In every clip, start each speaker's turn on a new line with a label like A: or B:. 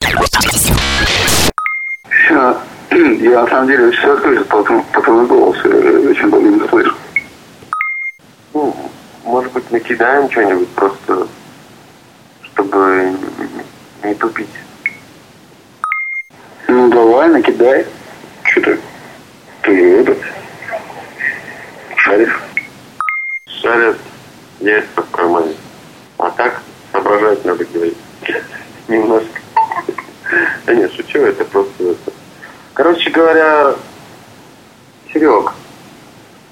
A: Я на самом деле сейчас тоже по твоему, по твоему голосу э, очень долго не слышу.
B: Ну, может быть, накидаем что-нибудь просто, чтобы не тупить.
A: Ну давай, накидай. Че ты? Ты не этот? Шарик?
B: Шарят есть в кармане. А так соображать надо говорить. Немножко. Да нет, шучу, это просто... это. Короче говоря, Серег,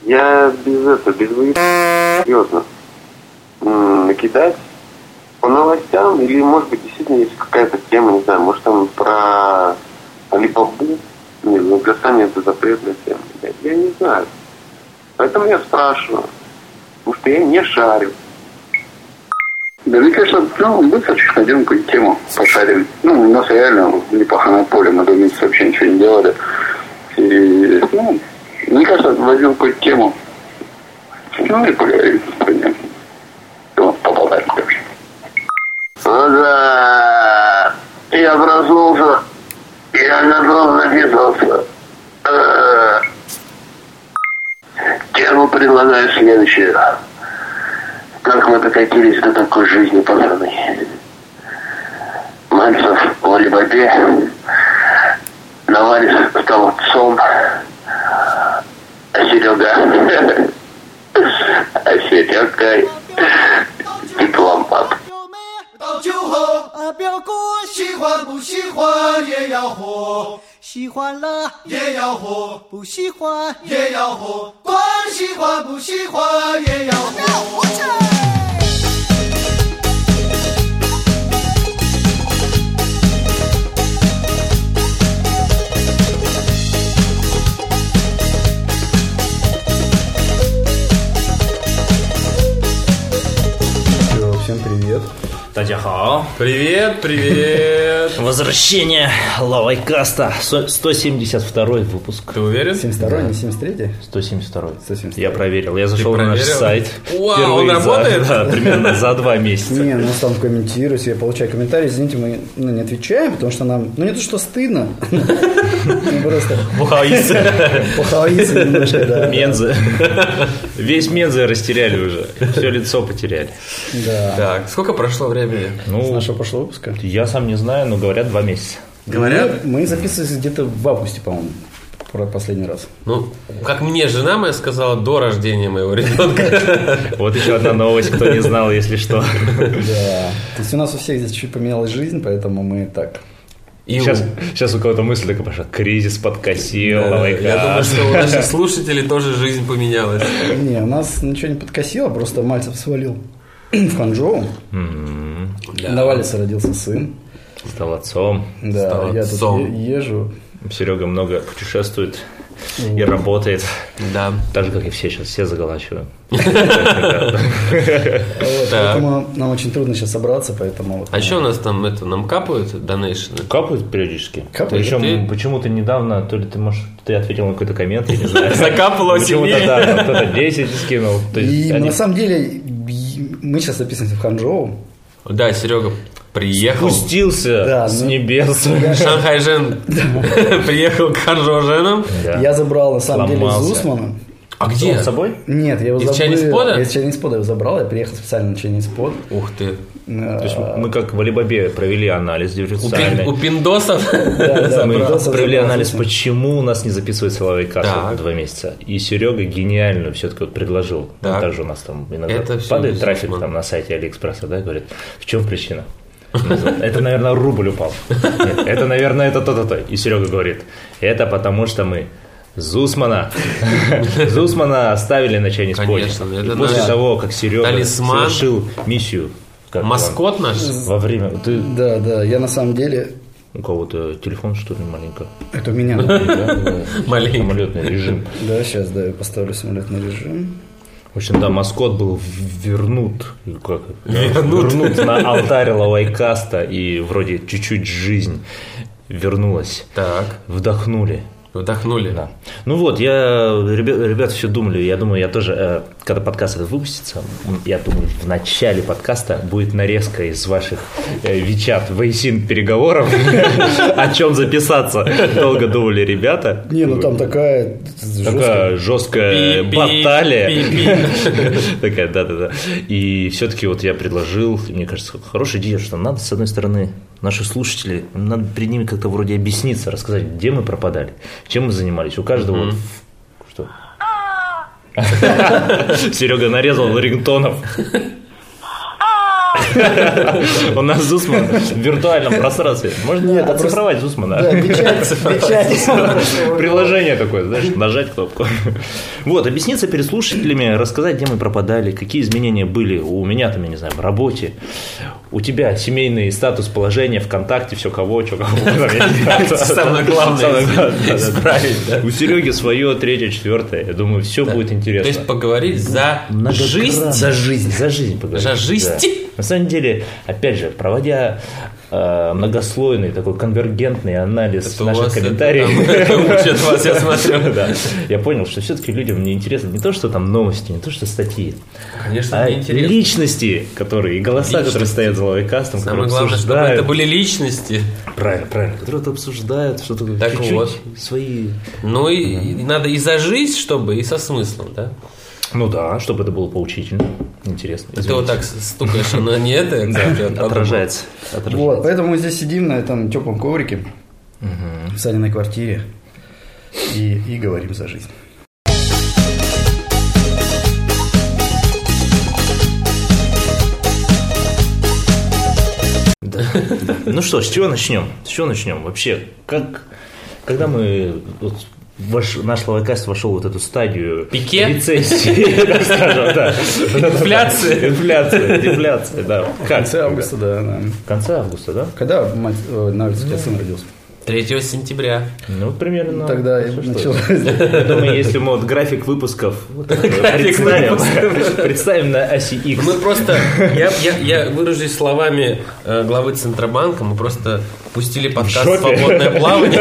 B: я без этого, без вы... Серьезно. М, Накидать по новостям, или, может быть, действительно есть какая-то тема, не знаю, может, там про Алибабу, не знаю, касание это запретная тема. Я, я не знаю. Поэтому я спрашиваю. Потому что я не шарю.
A: Да мне кажется, ну, быстро чуть найдем какую-нибудь тему, пошарим. Ну, у нас реально непаханное поле, мы до месяца вообще ничего не делали. И, ну, мне кажется, возьмем какую-то тему, ну, и поговорим по ней. Ну, поболтаем, короче.
B: Да, я проснулся, я готов записываться. Э, Тему предлагаю следующую. Как мы докатились до такой жизни, пацаны? Мальцев в Алибабе, Наварис стал отцом, а Серега, а Серега диплом пап.
C: 到酒后，
D: 啊，表哥
C: 呃喜欢不喜欢也要喝，
D: 喜欢了，
C: 也要喝，
D: 不喜欢。
C: 也要喝，管喜欢不喜欢也要喝。
E: Всё, Всем привет.
F: Татьяхао.
G: Привет, привет.
F: Возвращение Лавайкаста. Со- 172 выпуск.
G: Ты уверен?
E: 72 не 73
F: 172.
E: 172.
F: Я проверил. Я зашел
G: Ты
F: на наш
G: проверил?
F: сайт.
G: Вау,
F: Впервые
G: он
F: за-
G: работает?
F: да, примерно за два месяца.
E: Не, ну там комментируйте, я получаю комментарии, извините, мы ну, не отвечаем, потому что нам, ну не то, что стыдно, Ну, просто
F: Вау, из-
E: похвалиться немножко, да.
F: Мензы. Весь Мензы растеряли уже. Все лицо потеряли.
E: Да,
G: Так, сколько прошло времени?
E: с
F: Ну,
E: нашего прошлого выпуска.
F: я сам не знаю, но говорят два месяца.
G: Говорят,
E: Мы мы записывались где-то в августе, по-моему, про последний раз.
G: ну, как мне жена моя сказала, до рождения моего ребенка.
F: Вот еще одна новость, кто не знал, если что.
E: Да. То есть у нас у всех здесь чуть поменялась жизнь, поэтому мы так.
G: И у- э,
F: Сейчас, сейчас у кого-то мысль такая пошла. Кризис подкосил, Лавайкаст.
G: Я думаю, что у наших слушателей тоже жизнь поменялась.
E: Не, у нас ничего не подкосило, просто Мальцев свалил в Ханчжоу.
G: М-м. Да.
E: На Валисе родился сын.
F: Стал отцом.
E: Да,
G: Стал
E: я тут
G: отцом.
E: е- езжу.
F: Серега много путешествует и работает.
G: Да.
F: Так же, как и все сейчас, все заголачиваю.
E: Вот,
G: Так.
E: поэтому нам очень трудно сейчас собраться, поэтому... вот
G: А
E: мы-
G: еще у нас там это, нам капают донейшены?
F: Капают периодически.
E: Капают.
F: Причем
G: Ты-
F: почему-то недавно, то ли ты, может, ты ответил на какой-то коммент, я не знаю.
G: Закапало
F: Почему-то,
G: семье.
F: да, там кто-то 10 скинул. То есть
E: И
F: они-
E: на самом деле и- мы сейчас записываемся в Ханчжоу.
G: Да, Серега приехал.
F: Спустился
E: Да,
F: с
E: ну-
F: небес.
G: Шанхайжен приехал к Ханжоуженам.
F: Да.
E: Я забрал на самом
F: Сломался.
E: деле Зусмана.
G: А
F: Он
G: где?
F: с собой?
E: Нет, я его
G: Из
E: забыл.
G: Чайниспода?
E: Я из Чайниспода его забрал, я приехал специально на Э, Чайниспод.
G: Ух ты.
F: То есть
E: А.
F: мы как в Алибабе провели анализ
G: У, пин-
F: диверсионный.
G: у пиндосов?
E: да,
F: Мы
E: мы просто
F: провели
E: забрал
F: анализ,
E: Зусмана.
F: почему у нас не записывается лавайкаст
G: Так.
F: два месяца. И Серега гениально все-таки вот предложил.
G: Так.
F: Ну, также у нас там иногда
G: Это всё
F: падает
G: без
F: трафик
G: Зусмана.
F: там на сайте Алиэкспресса, да, говорит, в чем причина? Это, наверное, рубль упал. Нет, Это, наверное, это то-то-то. И Серега говорит, это потому что мы Зусмана. Зусмана оставили на чайный
G: Конечно, это
F: После
G: наш
F: того, как Серега
G: талисман.
F: совершил миссию. как он,
G: Маскот наш?
F: Во время... Ты
E: Да, да, я на самом деле...
F: у кого-то телефон, что ли, маленько?
E: Это у меня. Да,
G: Маленько.
F: Самолетный режим.
E: сейчас, да, я поставлю самолетный режим.
F: В общем, да, маскот был в- вернут. И Как? Вернут. на алтарь Лавайкаста, и вроде чуть-чуть жизнь вернулась.
G: Так,
F: Вдохнули.
G: вдохнули.
F: Да. Ну вот, я, ребя- ребята все думали, я думаю, я тоже э, когда подкаст этот выпустится, м, я думаю, в начале подкаста будет нарезка из ваших э, Вичат, Вейсин переговоров, о чем записаться. Долго думали ребята.
E: Не, ну там такая жесткая.
F: Такая жесткая
G: Пи-пи,
F: баталия.
G: пи-пи.
F: Такая, да-да-да. И все-таки вот я предложил, мне кажется, хорошая идея, что надо, с одной стороны, наши слушатели, им надо перед ними как-то вроде объясниться, рассказать, где мы пропадали, чем мы занимались. У каждого вот в- что? Серега нарезал рингтонов. У нас Зусман в виртуальном пространстве. Можно
E: Нет, а просто-
F: оцифровать Зусмана.
E: Да, печать, печать.
F: Приложение такое, знаешь, нажать кнопку. Вот, объясниться перед слушателями, рассказать, где мы пропадали, какие изменения были у меня там, я не знаю, в работе, у тебя семейный статус, положение, ВКонтакте, все кого, что кого.
G: Самое главное исправить, да.
F: У Сереги свое, третье, четвертое. Я думаю, все будет
G: То
F: интересно.
G: есть поговорить за жизнь.
F: За жизнь. За жизнь поговорить.
G: За жизнь.
F: Да. На самом деле, опять же, проводя э, многослойный такой конвергентный анализ
G: Это у
F: наших
G: вас это
F: комментариев.
G: там, это учат вас, я смотрю.
F: Да. Я понял, что все-таки людям не интересно не то, что там новости, не то, что статьи,
G: Конечно,
F: а
G: мне интересно.
F: личности, которые и голоса, которые
G: Личности.
F: стоят за лайкастом,
G: Самое
F: которые
G: главное, чтобы
F: обсуждают.
G: это были личности.
F: Правильно, правильно. Которые это обсуждают, что-то
G: Так
F: чуть-чуть
G: вот.
F: свои...
G: Ну и, и надо и за жизнь, чтобы, и со смыслом, да?
F: Ну да, чтобы это было поучительно, интересно.
G: А Ты вот
F: Извините.
G: так стукаешь, оно не это, кстати, я подумал.
F: Отражается. отражается.
E: Вот, поэтому мы здесь сидим на этом теплом коврике в Саниной квартире и, и говорим за жизнь.
F: Ну что, с чего начнем? С чего начнем? Вообще, как, когда мы вот, ваш, наш лайкаст вошел в вот эту стадию
G: Пике?
F: рецессии, так скажем, да.
G: Инфляции?
F: Инфляция, дефляция, да. Как?
E: В конце августа, да, да.
F: В конце августа, да?
E: Когда мать, э, на улице у тебя сын родился?
G: 3 сентября.
F: Ну, примерно.
E: Тогда и
F: Что ж
E: началось.
F: Я думаю, если мы вот график выпусков вот так вот
G: График
F: представим, представим на оси X.
G: Ну,
E: Ну,
G: Мы просто, я, я, я выражусь словами э, главы Центробанка, мы просто пустили подкаст
F: жопе.
G: «Свободное плавание».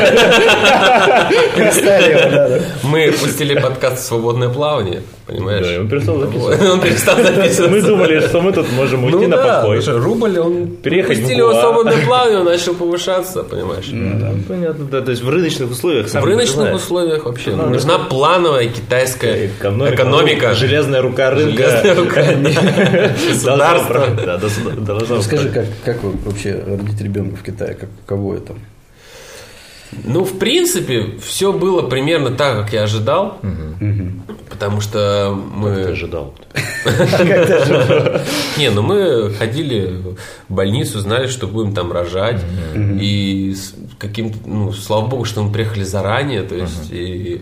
E: Представили его, да, да.
G: Мы пустили подкаст «Свободное плавание», понимаешь?
F: Да, и он перестал записывать.
G: Он перестал записываться.
F: Мы думали, что мы тут можем
G: Ну
F: уйти на
G: да,
F: покой.
G: слушай, рубль, он...
F: Переехать в
G: Пустили его в
F: Гуа.
G: свободное плавание, он начал повышаться, понимаешь?
F: Понятно, да, то есть в рыночных условиях. сам
G: В рыночных
F: понимаешь.
G: условиях вообще ну, нужна плановая китайская экономика.
F: ну, Железная рука рынка.
G: Железная рука, да. Государство.
F: Да, должно- должно-
E: Скажи, как, как вы вообще родить ребенка в Китае? Как, кого это?
G: Ну, в принципе, все было примерно так, как я ожидал. Потому что
F: Ты
G: мы...
F: ожидал.
G: Не, ну мы ходили в больницу, знали, что будем там рожать. И с каким-то... Ну, слава богу, что мы приехали заранее. То есть, и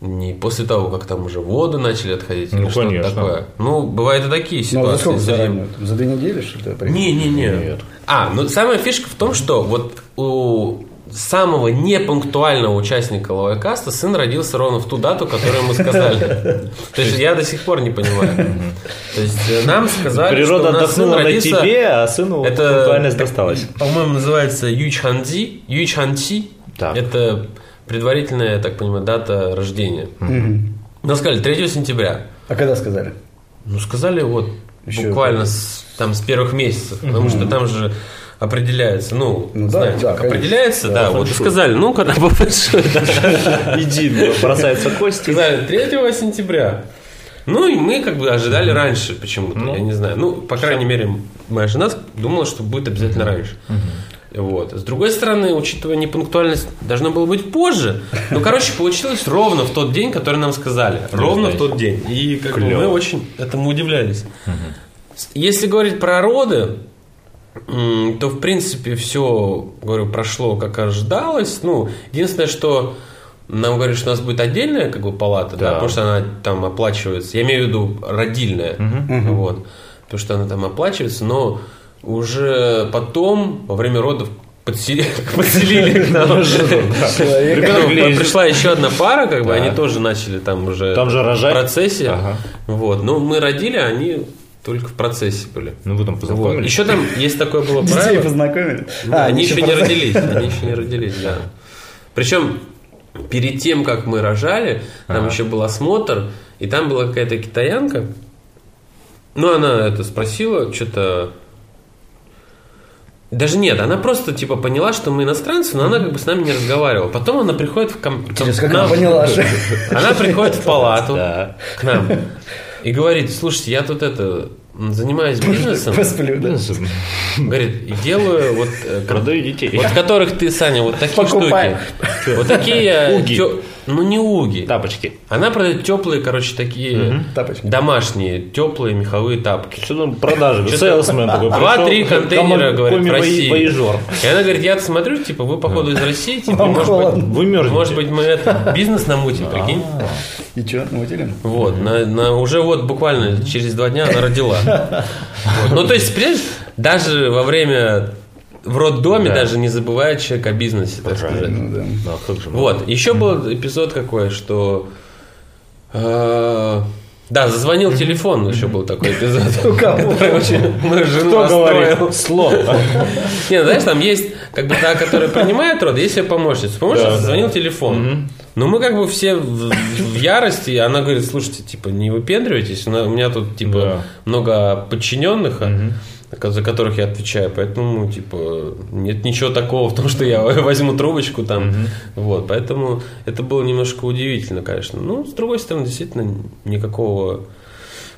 G: не после того, как там уже воду начали отходить
F: Ну,
G: или что-то
F: конечно.
G: такое. Ну, бывают и такие
E: Ну, а за
G: ситуации.
E: сколько
G: если-
E: заранее? За две недели, что ли? приехал?
G: Не-не-не. А, ну самая фишка в том, что вот у самого непунктуального участника лайкаста сын родился ровно в ту дату, которую мы сказали. То есть я до сих пор не понимаю. То есть э, нам сказали,
F: Природа
G: что у нас сын
F: отдохнула на
G: родится...
F: тебе, а сыну
G: Это-
F: актуальность досталась.
G: По-моему, называется Ючханди. Ючханти.
F: Так.
G: Это предварительная, я так понимаю, дата рождения. Нам сказали 3 сентября.
E: А когда сказали?
G: Ну, сказали вот
E: Еще
G: буквально с, там с первых месяцев, потому что там же определяется, ну,
E: Ну да,
G: знаете,
E: да,
G: как
E: конечно.
G: определяется, да, вот и сказали, ну, когда побольше,
F: Иди, бросаются кости.
G: сказали 3 сентября. Ну, и мы как бы ожидали раньше почему-то, я не знаю. Ну, по крайней мере, моя жена думала, что будет обязательно раньше. Вот. С другой стороны, учитывая непунктуальность, должно было быть позже. Ну, короче, получилось ровно в тот день, который нам сказали. Ровно в тот день. И как бы мы очень этому удивлялись. Если говорить про роды, м, то в принципе все, говорю, прошло как ожидалось. Ну, единственное, что нам говорят, что у нас будет отдельная как бы палата, да, потому что она там оплачивается. Я имею в виду родильная, вот, потому что она там оплачивается, но уже потом во время родов подсели- подселили к нам. Ну,
F: Приглядели.
G: Пришла еще одна пара, как бы они тоже начали там уже
F: Там же рожать.
G: в процессе.
F: Ага.
G: Вот, но мы родили, а они только в процессе были.
F: Ну, вы там познакомились.
G: Еще там есть такое было
E: Детей А,
G: правило.
E: познакомили?
G: Ну, они еще не
E: просто-
G: родились, они еще не родились, да. Причем перед тем, как мы рожали, там еще был осмотр, и там была какая-то китаянка. Ну, она это спросила, что-то... Даже нет, она просто типа поняла, что мы иностранцы, но она как бы с нами не разговаривала. Потом она приходит в ком...
E: Интересно, как
G: к
E: она
G: нам-
E: поняла же?
G: Она приходит в палату
F: Да.
G: к нам и говорит, слушайте, я тут это м, занимаюсь бизнесом,
E: Посплю, да.
G: говорит, и делаю вот э, кон-
F: Продаю детей.
G: вот которых ты, Саня, вот такие
E: Покупаю.
G: штуки. Вот такие...
F: Уги.
G: тё- Ну, не уги.
F: Тапочки.
G: Она продает теплые, короче, такие
E: Тапочки.
G: домашние, теплые меховые тапки.
F: Что там продажи?
G: Чё-то
F: Сейлсмен Ну, такой.
G: Два-три
F: пришёл,
G: контейнера,
F: коми-
G: говорит, в
F: коми-вои-
G: России.
F: воежор.
G: И она говорит, я смотрю, типа, вы, походу, из России, типа,
E: Вам
G: может
E: холодно.
G: быть,
F: Вы мерзнете. А.
G: может быть, мы это, бизнес намутим, прикинь.
E: И что, наутили?
G: Вот, на, на- уже вот буквально через два дня она родила. Вот. Ну, то есть, понимаешь, даже во время в роддоме
F: Да.
G: даже не забывает человек о бизнесе, так сказать.
E: Ну да.
F: Ну, а как же мы-
G: Вот, еще был эпизод какой, что... э, Да, зазвонил телефон, еще был такой эпизод.
E: кого?
G: который очень мою жену
F: Кто
G: расстроил.
F: говорит слово?
G: Не, ну, знаешь, там есть как бы та, которая принимает род, есть ее помощница. Помощница
F: Да,
G: зазвонил телефон. Ну, мы как бы все в, в ярости, и она говорит, слушайте, типа, не выпендривайтесь, у на- у меня тут, типа,
F: Да.
G: много подчиненных, а, ко- за которых я отвечаю, поэтому, типа, нет ничего такого в том, что я возьму трубочку там, вот, поэтому это было немножко удивительно, конечно. Ну, с другой стороны, действительно, никакого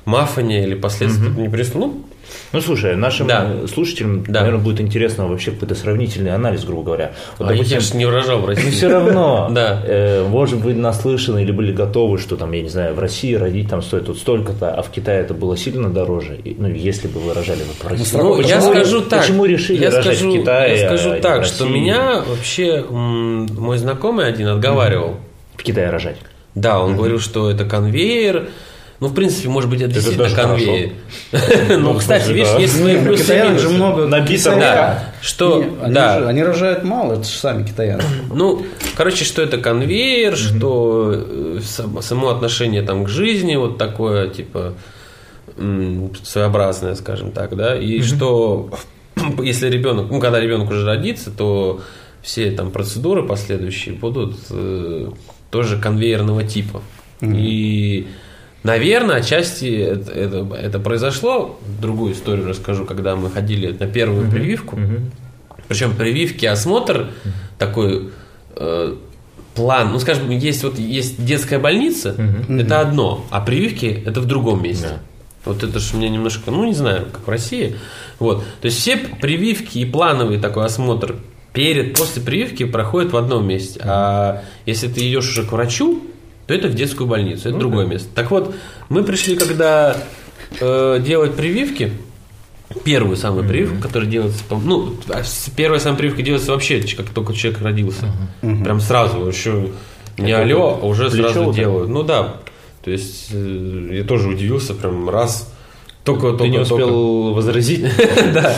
G: мафания или последствий тут не принесло. Ну,
F: Ну, слушай, нашим
G: Да.
F: э, слушателям,
G: Да.
F: наверное, будет интересно вообще какой-то сравнительный анализ, грубо говоря. Вот,
G: а
F: допустим,
G: я же не выражал в России.
F: Ну, все равно,
G: Да.
F: э, может, вы наслышаны или были готовы, что там, я не знаю, в России родить там стоит вот столько-то, а в Китае это было сильно дороже. И, ну, если бы вы рожали вот в России.
G: Ну, я
F: Почему-
G: скажу так.
F: Почему решили
G: я
F: рожать
G: скажу,
F: в Китае?
G: Я
F: а
G: скажу
F: не в
G: так,
F: России?
G: что меня вообще м, мой знакомый один отговаривал.
F: В Китае рожать.
G: Да, он говорил, что это конвейер. Ну, в принципе, может быть, это, действительно
F: даже
G: конвейер. Ну, кстати,
F: слушай,
G: видишь,
F: да.
G: есть свои
E: Не, ну,
G: плюсы и
E: китаянок же
G: минусы.
E: много.
F: Набито,
E: китаянок.
G: да. Что,
E: Не, они,
G: да.
E: же- они рожают мало, это же сами китаянцы.
G: Ну, короче, что это конвейер, что э, сам- само отношение там к жизни вот такое, типа, м, своеобразное, скажем так, да, и что если ребенок, ну, когда ребенок уже родится, то все там процедуры последующие будут э, тоже конвейерного типа. И, наверное, отчасти это, это- это произошло. Другую историю расскажу, когда мы ходили на первую прививку. Причем прививки, осмотр такой э, план. Ну, скажем, есть вот есть детская больница, это одно, а прививки это в другом месте. Вот это же у меня немножко, ну не знаю, как в России. Вот. То есть все прививки и плановый такой осмотр перед, после прививки проходят в одном месте. А если ты идешь уже к врачу, то это в детскую больницу, это другое место. Так вот, мы пришли, когда э, делать прививки, Первую самую прививку, которая делается, по- ну, а с- первая самая прививка делается вообще, ч- как только человек родился. Прям сразу, еще не алло, а уже
F: плечо
G: сразу
F: вот
G: делают. Ну да, то есть э, я тоже удивился, прям раз, только, только,
F: Ты не
G: только.
F: успел возразить?
G: Да,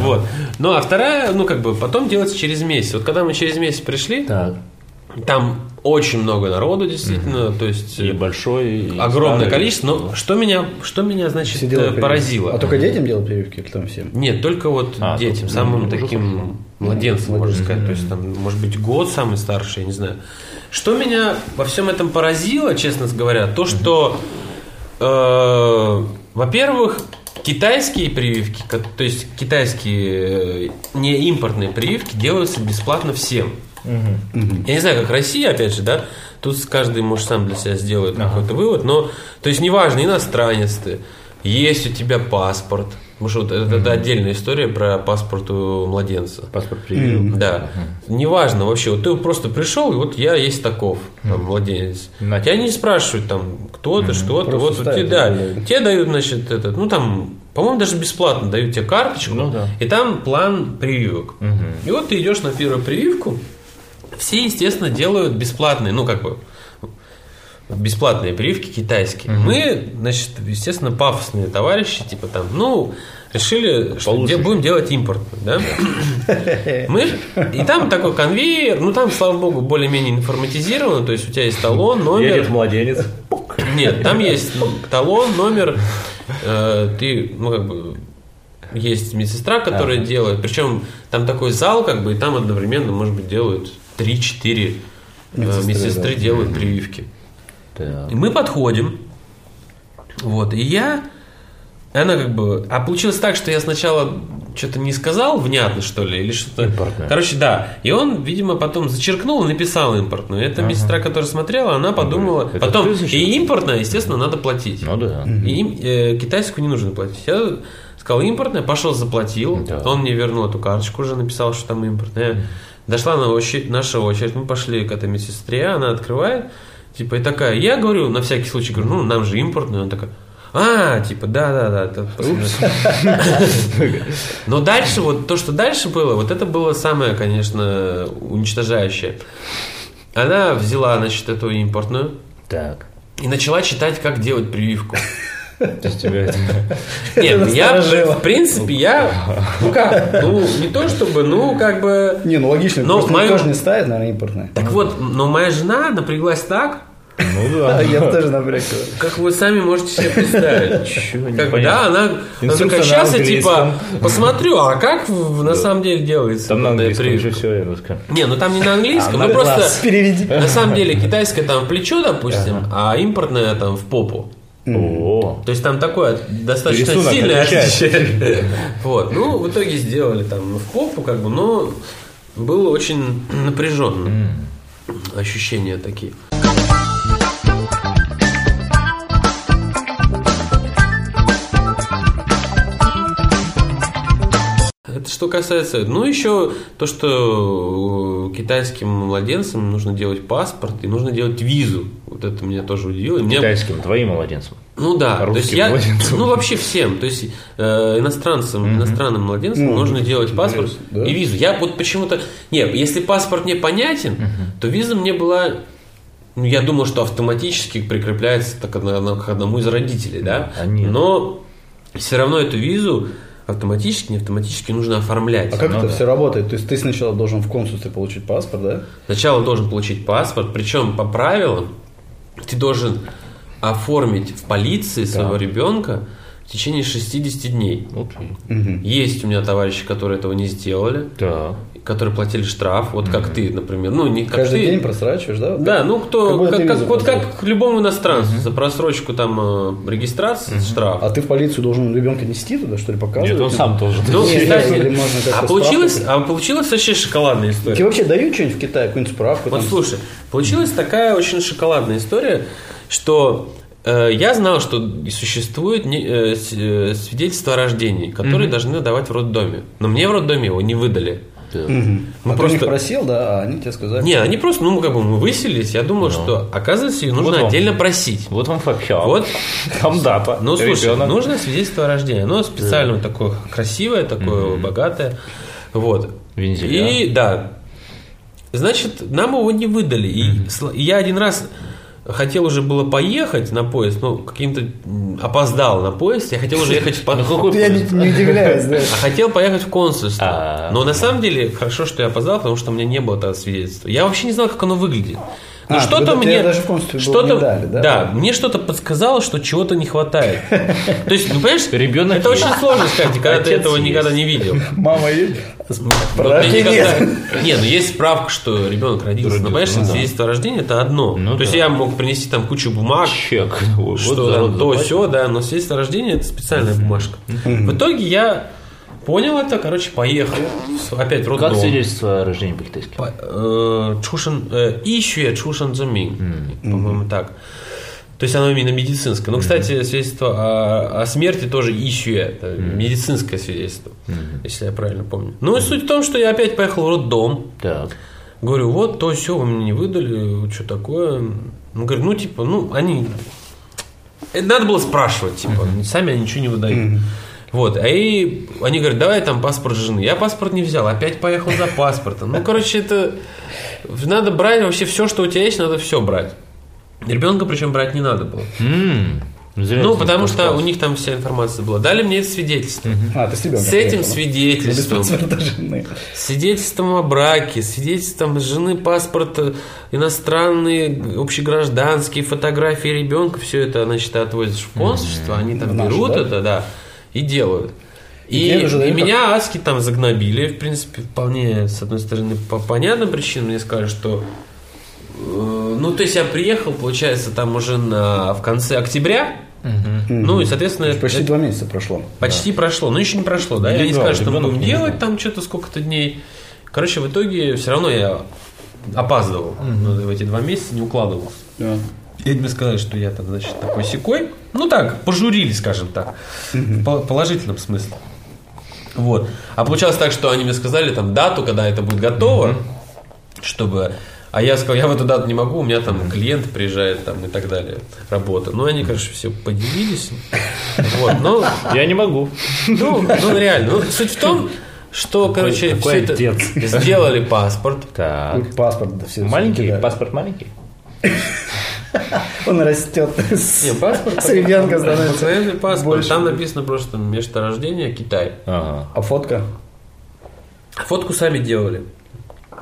G: вот. Ну а вторая, ну как бы, потом делается через месяц. Вот когда мы через месяц пришли,
F: Так.
G: там очень много народу, действительно, то есть...
F: И
G: э,
F: большой, и
G: Огромное
F: старый.
G: количество, но что меня, что меня, значит,
E: Все делают
G: э,
E: прививки.
G: поразило. Ну,
E: А только детям делают прививки или там всем?
G: Нет, только вот
F: А,
G: детям,
F: только,
G: самым
F: ну, уже
G: таким
F: хорошо.
G: младенцам, можно сказать. То есть там, может быть, год самый старший, я не знаю. Что меня во всем этом поразило, честно говоря, то, что, э, во-первых, китайские прививки, ко- то есть китайские э, не импортные прививки делаются бесплатно всем. Я не знаю, как Россия, опять же, да, тут каждый может сам для себя сделать какой-то вывод, но, то есть, неважно, иностранец ты, есть у тебя паспорт, потому что вот это, это отдельная история про паспорт у младенца.
F: Паспорт привил.
G: Да, неважно вообще, вот ты просто пришел, и вот я есть таков, там, младенец.
F: На
G: Тебя не спрашивают там, кто ты, что ты,
E: Просто
G: вот тебе,
E: ставят
G: да,
E: это, да.
G: тебе дают, значит, этот, ну там, по-моему, даже бесплатно дают тебе карточку,
F: Ну да.
G: и там план прививок. И вот ты идешь на первую прививку, все, естественно, делают бесплатные, ну как бы бесплатные прививки китайские. Мы, значит, естественно, пафосные товарищи, типа там, ну, решили, что
F: Получше.
G: де- будем делать импорт, да? Мы, и там такой конвейер, ну там, слава богу, более-менее информатизировано, то есть у тебя есть талон,
F: Едет
G: номер...
F: младенец.
G: Нет, там есть ну, талон, номер, э, ты, ну как бы, есть медсестра, которая делает, причем там такой зал, как бы, и там одновременно, может быть, делают 3-4 э, медсестры, делают прививки.
F: Да.
G: И мы подходим. Вот, и я... и Она как бы... А получилось так, что я сначала что-то не сказал внятно, что ли, или что-то...
F: Импортное.
G: Короче, да. И он, видимо, потом зачеркнул и написал импортную. Это медсестра, которая смотрела, она подумала...
F: Ну, это
G: потом...
F: ты зачеркнул?
G: И импортное, естественно, надо платить.
F: Ну да.
G: И им, э, китайскую не нужно платить. Я сказал импортное, пошел заплатил.
F: Да.
G: Он мне вернул эту карточку уже, написал, что там импортное. Дошла на очередь, наша очередь, мы пошли к этой медсестре, она открывает, типа, и такая, я говорю, на всякий случай, говорю, ну, нам же импортное, она такая, а, типа, да-да-да. это посмотрим». Но дальше, вот то, что дальше было, вот это было самое, конечно, уничтожающее. Она взяла, значит, эту импортную
F: Так.
G: и начала читать, как делать прививку.
F: То есть тебя это-
G: Нет, ну я,
E: насторожило.
G: в принципе, я, ну как, ну не то чтобы, ну как бы...
E: Не, ну логично,
G: Но
E: просто
G: мою-
E: никто же не ставит, наверное, импортное.
G: Так вот, но моя жена напряглась так,
F: Ну
E: А
F: да.
E: Я бы тоже напрягся.
G: как вы сами можете себе представить.
F: Чего
G: Как бы,
F: непонятно.
G: да, она, она
F: Инструкция
G: такая,
F: на
G: сейчас я типа
F: английском».
G: посмотрю, а как в- на самом деле делается?
F: Там на
G: вот эта
F: английском
G: прививка?»
F: уже все, я бы сказал.
G: Не, ну там не на английском,
F: А,
G: ну
F: на
G: просто...
F: глаз.
E: Переведи.
G: На самом деле китайская там в плечо, допустим, а импортная там в попу.
F: О,
G: То есть там такое достаточно
F: Рисунок
G: сильное
F: отличается.
G: отличие. Вот. Ну, в итоге сделали там в попу, как бы, но было очень напряженно. Ощущения такие. Это что касается... Ну, еще то, что э, китайским младенцам нужно делать паспорт и нужно делать визу. Вот это меня тоже удивило. И меня-
F: китайским, твоим младенцем.
G: ну да, то есть
F: Русским
G: я,
F: младенцам.
G: ну вообще всем, то есть э, иностранцам, иностранным младенцам
F: Ну,
G: нужно делать паспорт
E: да.
G: и визу. Я вот почему-то, не, если паспорт мне понятен, то виза мне была, ну я думал, что автоматически прикрепляется так одно- одно- к одному из родителей, да,
F: а нет.
G: но все равно эту визу автоматически, не автоматически нужно оформлять.
E: А как
F: Ну
E: это
F: да.
E: все работает? То есть ты сначала должен в консульстве получить паспорт, да?
G: Сначала должен получить паспорт, причем по правилам ты должен оформить в полиции своего ребенка в течение 60 дней.
F: Вот.
G: Есть у меня товарищи, которые этого не сделали,
F: Да.
G: которые платили штраф, вот как ты, например. Ну, не как
E: Каждый
G: ты.
E: день просрачиваешь, да?
G: Да, ну
E: Как
G: кто,
E: будто
G: как,
E: ты
G: как-
E: визу
G: вот как
E: получил.
G: к любому иностранцу за просрочку там э, регистрации штраф.
E: А ты в полицию должен ребенка нести туда, что ли, показывать?
F: Нет, он сам должен.
G: Ну,
E: Не,
G: кстати,
E: если можно как-то
G: а
E: штраф
G: получилось, а получилась вообще шоколадная история.
E: Тебе вообще дают что-нибудь в Китае, какую-нибудь справку?
G: Вот
E: там?
G: слушай, получилась такая очень шоколадная история, что э, я знал, что существует не- э, с- э, свидетельство о рождении, которые должны давать в роддоме. Но мне в роддоме его не выдали.
E: А
G: Мы
E: ты
G: просто-
E: у них просил, да, а они тебе сказали.
G: Не, они просто, ну, как бы мы выселились, я думал, что, оказывается, ее нужно
F: вам.
G: отдельно просить.
F: Вот вам фапчал.
G: Вот.
F: Там дата.
G: Ну, слушай,
F: Ребенок.
G: нужно свидетельство о рождении. Оно специально вот такое красивое, такое богатое. Вот.
F: Вензеля.
G: И да. Значит, нам его не выдали. И сл- и я один раз хотел уже было поехать на поезд, но каким-то м, опоздал на поезд. Я хотел уже ехать в по-
E: Я не, не удивляюсь, да.
G: а хотел поехать в консульство.
F: А.
G: Но на самом деле хорошо, что я опоздал, потому что у меня не было этого свидетельства. Я вообще не знал, как оно выглядит. Ну
E: А,
G: что-то
E: тогда тебе
G: мне
E: даже в консульстве было не дали, да?
G: мне что-то подсказало, что чего-то не хватает. То есть, ну понимаешь,
F: Ребенок
G: это
F: есть.
G: очень сложно сказать, когда ты
F: Отец
G: этого
F: есть.
G: никогда не видел.
E: Мама едет.
G: Вот я
E: Рождение.
G: никогда- Не, ну есть справка, что ребенок родился. Но понимаешь, свидетельство о рождении это одно.
F: Ну
G: То есть
F: да.
G: я мог принести там кучу бумаг,
F: чек. Вот
G: что
F: за
G: там
F: рот
G: то
F: заплатил.
G: все, да, но свидетельство о рождении это специальная бумажка. В итоге я понял это, короче, поехал с- опять в роддом.
F: Как свидетельство о рождении по-китайски?
G: По- э, Чушен, э, ищуя Чушен Цзумин, по-моему, так. То есть оно именно медицинское. Ну, кстати, свидетельство о, о смерти тоже ищуя. Это медицинское свидетельство, если я правильно помню. Ну и суть в том, что я опять поехал в роддом.
F: Так.
G: Говорю, вот то все вы мне не выдали, что такое. Он говорит, ну типа, ну они... Это надо было спрашивать, типа, сами они ничего не выдают. Вот, а и они говорят, давай там паспорт жены. Я паспорт не взял, опять поехал за паспортом. Ну, короче, это... Надо брать вообще все, что у тебя есть, надо все брать. Ребенка причем брать не надо было.
F: М, зря
G: Ну,
F: ты
G: потому
F: не
G: что
F: проспал.
G: у них там вся информация была. Дали мне это свидетельство.
E: А, ты с ребенком.
G: С этим
E: приехала.
G: свидетельством.
E: Без паспорта ну, жены.
G: Свидетельством о браке, свидетельством жены, паспорт, э, иностранные, г- общегражданские, фотографии ребенка, все это, значит, ты отвозишь в консульство, они там
E: В наше,
G: берут
E: да?
G: это, да, и делают. И,
E: тебе уже
G: и
E: дают
G: меня адски там загнобили, в принципе, вполне, с одной стороны, по понятным причинам мне сказали, что Э, Ну, то есть я приехал, получается, там уже на, в конце октября. Ну и, соответственно,
E: Почти
G: это
E: два месяца прошло.
G: почти прошло. Но еще не прошло, да? Я не
F: Легал,
G: скажу, что мы
F: ребенок
G: будем
F: не
G: делать там что-то сколько-то дней. Короче, в итоге все равно я опаздывал. Ну, в эти два месяца не укладывался.
E: Да.
G: И мне сказали, что я там, значит, такой секой. Ну так, пожурили, скажем так. В по- положительном смысле. Вот. А получалось так, что они мне сказали там дату, когда это будет готово, чтобы. А я сказал, я в эту дату не могу, у меня там клиент приезжает там и так далее, работа. Ну, они, короче, все поделились. Вот, ну,
F: Я не могу.
G: ну, ну, реально. Ну, суть в том, что, короче,
F: какой
G: всё
F: отец.
G: это сделали паспорт.
F: Так.
E: И Паспорт. да, все-
F: Маленький?
E: да.
F: Паспорт маленький?
E: Он растет.
G: Не, паспорт.
E: С ребенка становится.
G: Обыкновенный паспорт.
E: больше.
G: Там написано просто место рождения Китай.
F: Ага.
E: А фотка?
G: Фотку сами делали.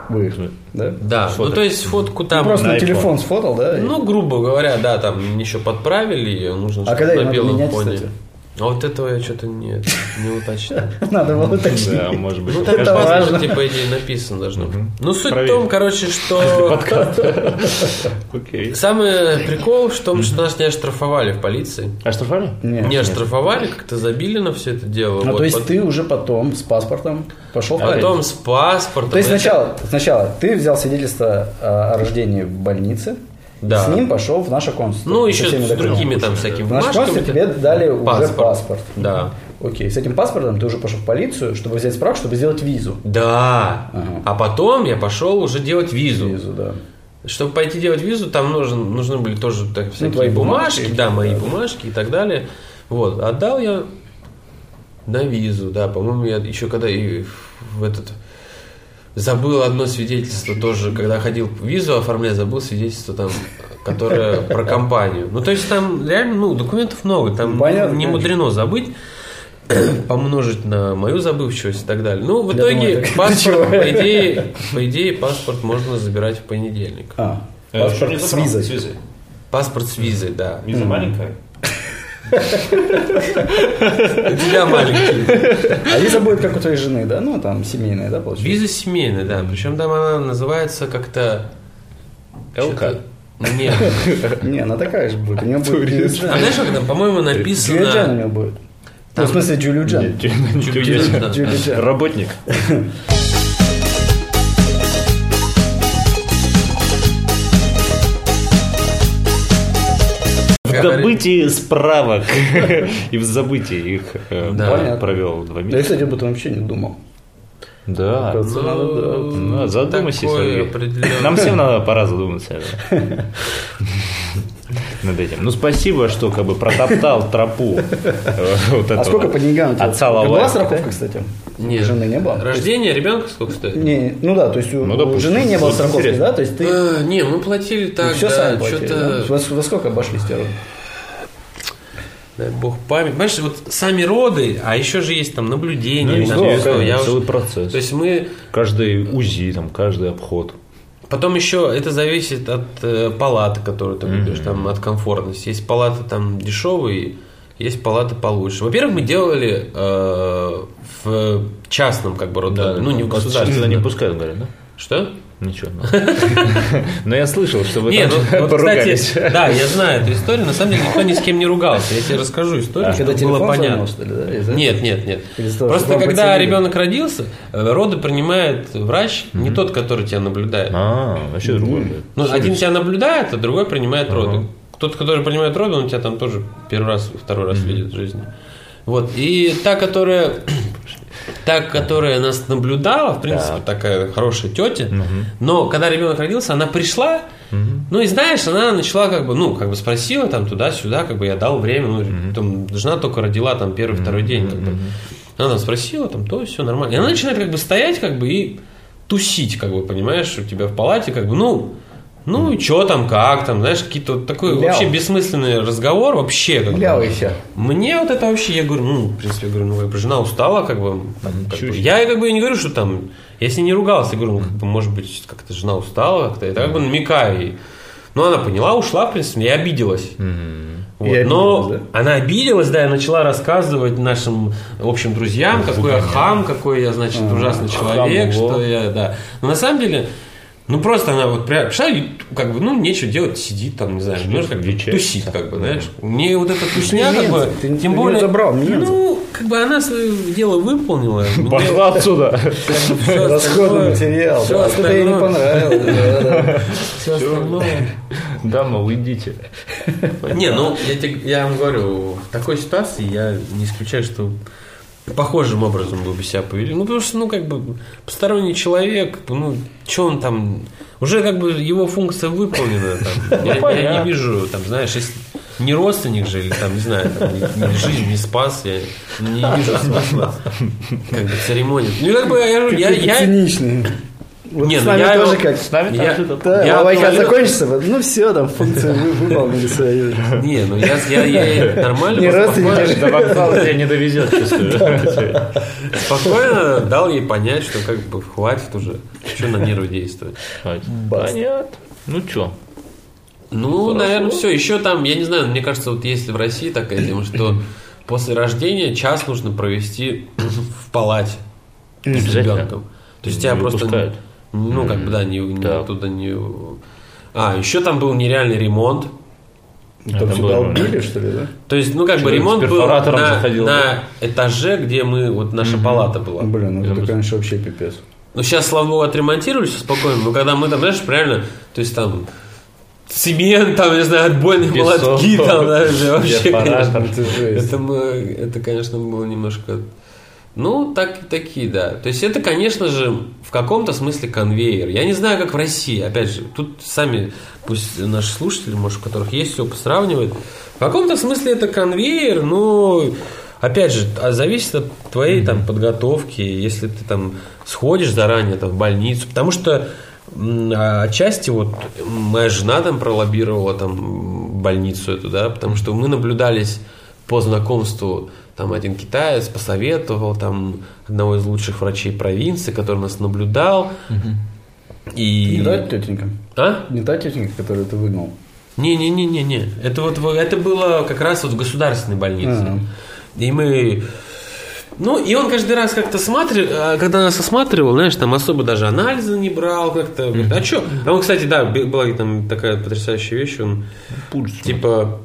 E: Вы да?
G: Да. Ну то есть фотку там.
E: Просто
F: на
E: на
F: iPhone.
E: телефон сфотал, да?
G: Ну, грубо говоря, да, там еще подправили, ее нужно чтобы
E: А когда её
G: на
E: надо
G: белом
E: менять,
G: фоне.
E: кстати?
G: А вот этого я что-то не, не уточнил.
E: Надо было так.
F: Да, может быть.
G: Ну,
F: он
G: там
F: скажет,
G: паспорт,
E: важно.
G: типа, по идее, написано должно быть. Ну, суть
F: Проверь.
G: в том, короче, что...
F: Окей.
G: Самый прикол в том, что нас не оштрафовали в полиции.
F: А что, Фари?
G: Не оштрафовали, как-то забили на все это дело.
E: Ну,
G: Вот,
E: то есть
G: пот-
E: ты уже потом с паспортом пошел в
G: Потом с паспортом.
E: То есть
G: это-
E: сначала, сначала ты взял свидетельство э, о рождении в больнице,
G: Да.
E: с ним пошел в наше консульство.
G: Ну,
E: со
G: еще
E: всеми
G: с
E: документами.
G: другими там всякими
E: В наше
G: бумажками.
E: консульство тебе дали уже паспорт.
G: Да.
E: Окей, с этим паспортом ты уже пошел в полицию, чтобы взять справку, чтобы сделать визу.
G: Да. А потом я пошел уже делать визу.
E: Визу, да.
G: Чтобы пойти делать визу, там нужен, нужны были тоже так, всякие
E: твои
G: бумажки,
E: бумажки,
G: да, мои бумажки и так далее. Вот, отдал я на визу, да, по-моему, я еще когда и в этот забыл одно свидетельство тоже, когда ходил визу оформлять, забыл свидетельство там, которое про компанию. Ну, то есть там реально, ну, документов много, там
E: Понятно,
G: не
E: конечно.
G: мудрено забыть помножить на мою забывчивость и так далее. Ну, в
E: Я
G: итоге
E: думаю, это
G: паспорт,
E: ключевое.
G: по идее, по идее, паспорт можно забирать в понедельник.
E: А,
F: Э, что не
E: паспорт с
F: забрал?
E: визой.
F: С визой.
G: Паспорт с визой, да.
F: Виза маленькая?
G: Для маленьких.
E: А виза будет как у твоей жены, да? Ну, там, семейная, да, получается?
G: Виза семейная, да. Причем там она называется как-то...
F: ЛК.
G: Нет.
E: Не, она такая же будет. У нее будет
G: А
E: Дюлюджан.
G: знаешь, как там, по-моему,
E: Дюлюджан у
G: написано...
E: нее будет. Ну, в смысле, Дюлюджан.
G: Дюлюджан.
E: Дюлюджан.
F: Работник. В добытии справок и в забытии их э,
G: Да.
F: Ваня провел два
E: Да я,
F: месяца.
E: кстати, об этом вообще не думал.
F: Да.
E: Оказывается, надо, да.
F: Ну, задумайся.
G: такое
F: Сергей.
G: определенное.
F: Нам всем надо пора задуматься э, над этим. Ну, спасибо, что как бы протоптал тропу. э, вот
E: А
F: этого
E: сколько по деньгам у тебя?
F: Отца
E: Была
F: Лавая.
E: страховка, кстати?
G: Нет.
E: Жены не было?
G: Рождение ребенка сколько стоит?
E: Не, ну да, то есть у,
F: Ну,
E: у
F: допустим.
E: жены не было
F: Вот
E: страховки,
F: интересно.
E: да? То есть ты
G: Э, Не, мы платили так,
E: все
G: да,
E: сам платил.
G: что-то...
E: да? Во, во сколько обошлись тебе?
G: Дай бог память. Понимаешь, вот сами роды, а еще же есть там наблюдение.
F: Ну,
G: там
F: да,
G: всё,
F: конечно,
G: я
F: целый
G: уж-
F: процесс.
G: То есть мы
F: Каждый УЗИ, там, каждый обход.
G: Потом еще это зависит от э, палаты, которую ты выберешь, там от комфортности. Есть палаты там дешевые, есть палаты получше. Во-первых, мы делали э, в частном как бы роддоме, ну не в
F: Туда
G: государственном.
F: э, не пускают, говорят, да?
G: Что?
F: Ничего. ну. Но я слышал, что вы
G: Не,
F: там
G: ну, вот,
F: поругались.
G: кстати, да, я знаю эту историю. На самом деле никто ни с кем не ругался. Я тебе расскажу историю,
E: А, Когда
G: чтобы
E: телефон
G: было
E: звонил,
G: понятно.
E: что ли, да? из-за
G: Нет, нет, нет.
E: Или из-за того,
G: Просто
E: что вам
G: когда
E: подселили?
G: ребенок родился, э, роды принимает врач, не тот, который тебя наблюдает.
F: А, вообще другое. да.
G: Ну, один тебя наблюдает, а другой принимает роды. Тот, который принимает роды, он тебя там тоже первый раз, второй раз видит в жизни. Вот. И та, которая, та, которая нас наблюдала, в принципе, такая хорошая тетя, но когда ребенок родился, она пришла, ну и знаешь, она начала как бы, ну, как бы спросила там туда-сюда, как бы я дал время, ну, там, жена только родила там первый, второй день, как бы. Она там спросила, там то, все нормально. И она начинает как бы стоять, как бы и тусить, как бы, понимаешь, у тебя в палате, как бы, ну, ну и чё там, как там, знаешь, какие-то вот такой
E: Ляу.
G: вообще бессмысленный разговор, вообще как бы.
E: Бля, еще.
G: Мне вот это вообще, я говорю, ну, в принципе, я говорю, ну, как бы жена устала, как бы,
E: Ну,
G: как бы.
F: чушь.
G: я как бы не говорю, что там, я с ней не ругался, я говорю, ну, как бы, может быть, как-то жена устала, как-то, это как бы намекаю ей. Ну, она поняла, ушла, в принципе, и обиделась. Вот,
E: И обиделась,
G: но
E: да?
G: она обиделась, да, и начала рассказывать нашим общим друзьям, какой я хам, какой я, значит, ужасный человек,
F: Хам, во.
G: что я, да. Но на самом деле, Ну просто она вот прям, представляешь, как бы, ну нечего делать, сидит там, не знаю, немножко как бы
F: Вечер.
G: тусит, как бы, знаешь. Мне вот эта тусня,
E: не
G: как бы,
E: лезь, ты- ты
G: тем
E: не
G: более,
E: забрал, не лезь.
G: ну, как бы она свое дело выполнила. Мне
F: Пошла отсюда.
G: всё
E: Расходный
G: остальное-
E: материал.
G: всё
E: Да, что-то ей не
G: остальное-
E: понравилось. да, да.
G: всё остальное.
F: Дама, уйдите.
G: Не, ну, я, тебе- я вам говорю, в такой ситуации я не исключаю, что похожим образом вы бы себя повели. Ну, потому что, ну, как бы, посторонний человек, ну, что он там... Уже, как бы, его функция выполнена. Там. Я, я не вижу, там, знаешь, если не родственник же, или там, не знаю, там, не- не- жизнь не спас, я не вижу смысла. Как бы церемонии. Ну, как бы, я, говорю, я,
E: Какой-то
G: я,
E: циничный. Вот
G: Не,
E: с
G: ну
E: нами
G: я
E: тоже
G: его-
E: как.
F: С нами
G: Я-
F: там что-то.
E: Да,
G: я
E: лайка
G: говорю-
E: закончится, вот, ну все, там функцию вы- выполнили свою.
G: не, ну, я, я, я нормально...
E: Не
G: просто
E: родственник,
G: похож.
E: а
F: До вокзала тебя не довезет, чувствую.
G: Спокойно дал ей понять, что как бы хватит уже. Что на нервы действовать?
F: Понятно. Ну что?
G: Ну, наверное, все. Еще там, я не знаю, мне кажется, вот если в России такая тема, что после рождения час нужно провести в палате с
F: Обязательно.
G: ребенком. То есть тебя
F: Не
G: просто...
F: выпускают.
G: Ну, как бы, да, не, не
F: Так.
G: туда не... А, еще там был нереальный ремонт.
E: Там
F: там
E: все
F: было,
E: долбили, что ли, да?
G: То есть, ну, как бы
F: Человек с
G: ремонт был
F: перфоратором
G: на,
F: заходил,
G: на этаже, где мы, вот наша палата была.
E: Блин, ну это, конечно, вообще пипец.
G: Ну, сейчас, слава богу, отремонтировали все спокойно, но когда мы там, знаешь, реально, то есть там цемент, там, не знаю, отбойные
F: Песок.
G: молотки, там, даже вообще,
F: Перфоратор.
G: конечно,
E: Это жесть.
G: это, мы, это, конечно, было немножко... Ну, так, такие, да. То есть это, конечно же, в каком-то смысле конвейер. Я не знаю, как в России, опять же, тут сами, пусть наши слушатели, может, у которых есть опыт, сравнивают. В каком-то смысле это конвейер, но, опять же, а зависит от твоей там подготовки, если ты там сходишь заранее там, в больницу, потому что м, а отчасти вот моя жена там пролоббировала там больницу эту, да, потому что мы наблюдались по знакомству там один китаец посоветовал там одного из лучших врачей провинции, который нас наблюдал. И...
E: Не та тетенька?
G: А?
E: Не та тетенька, которую ты выгнал?
G: Не, не, не, не, не. Это вот в- это было как раз вот в государственной больнице.
E: Ага.
G: И мы Ну, и он каждый раз как-то смотрит, а, когда нас осматривал, знаешь, там особо даже анализы не брал, как-то, говорит, а что? А он, кстати, да, б- была там такая потрясающая вещь, он, типа,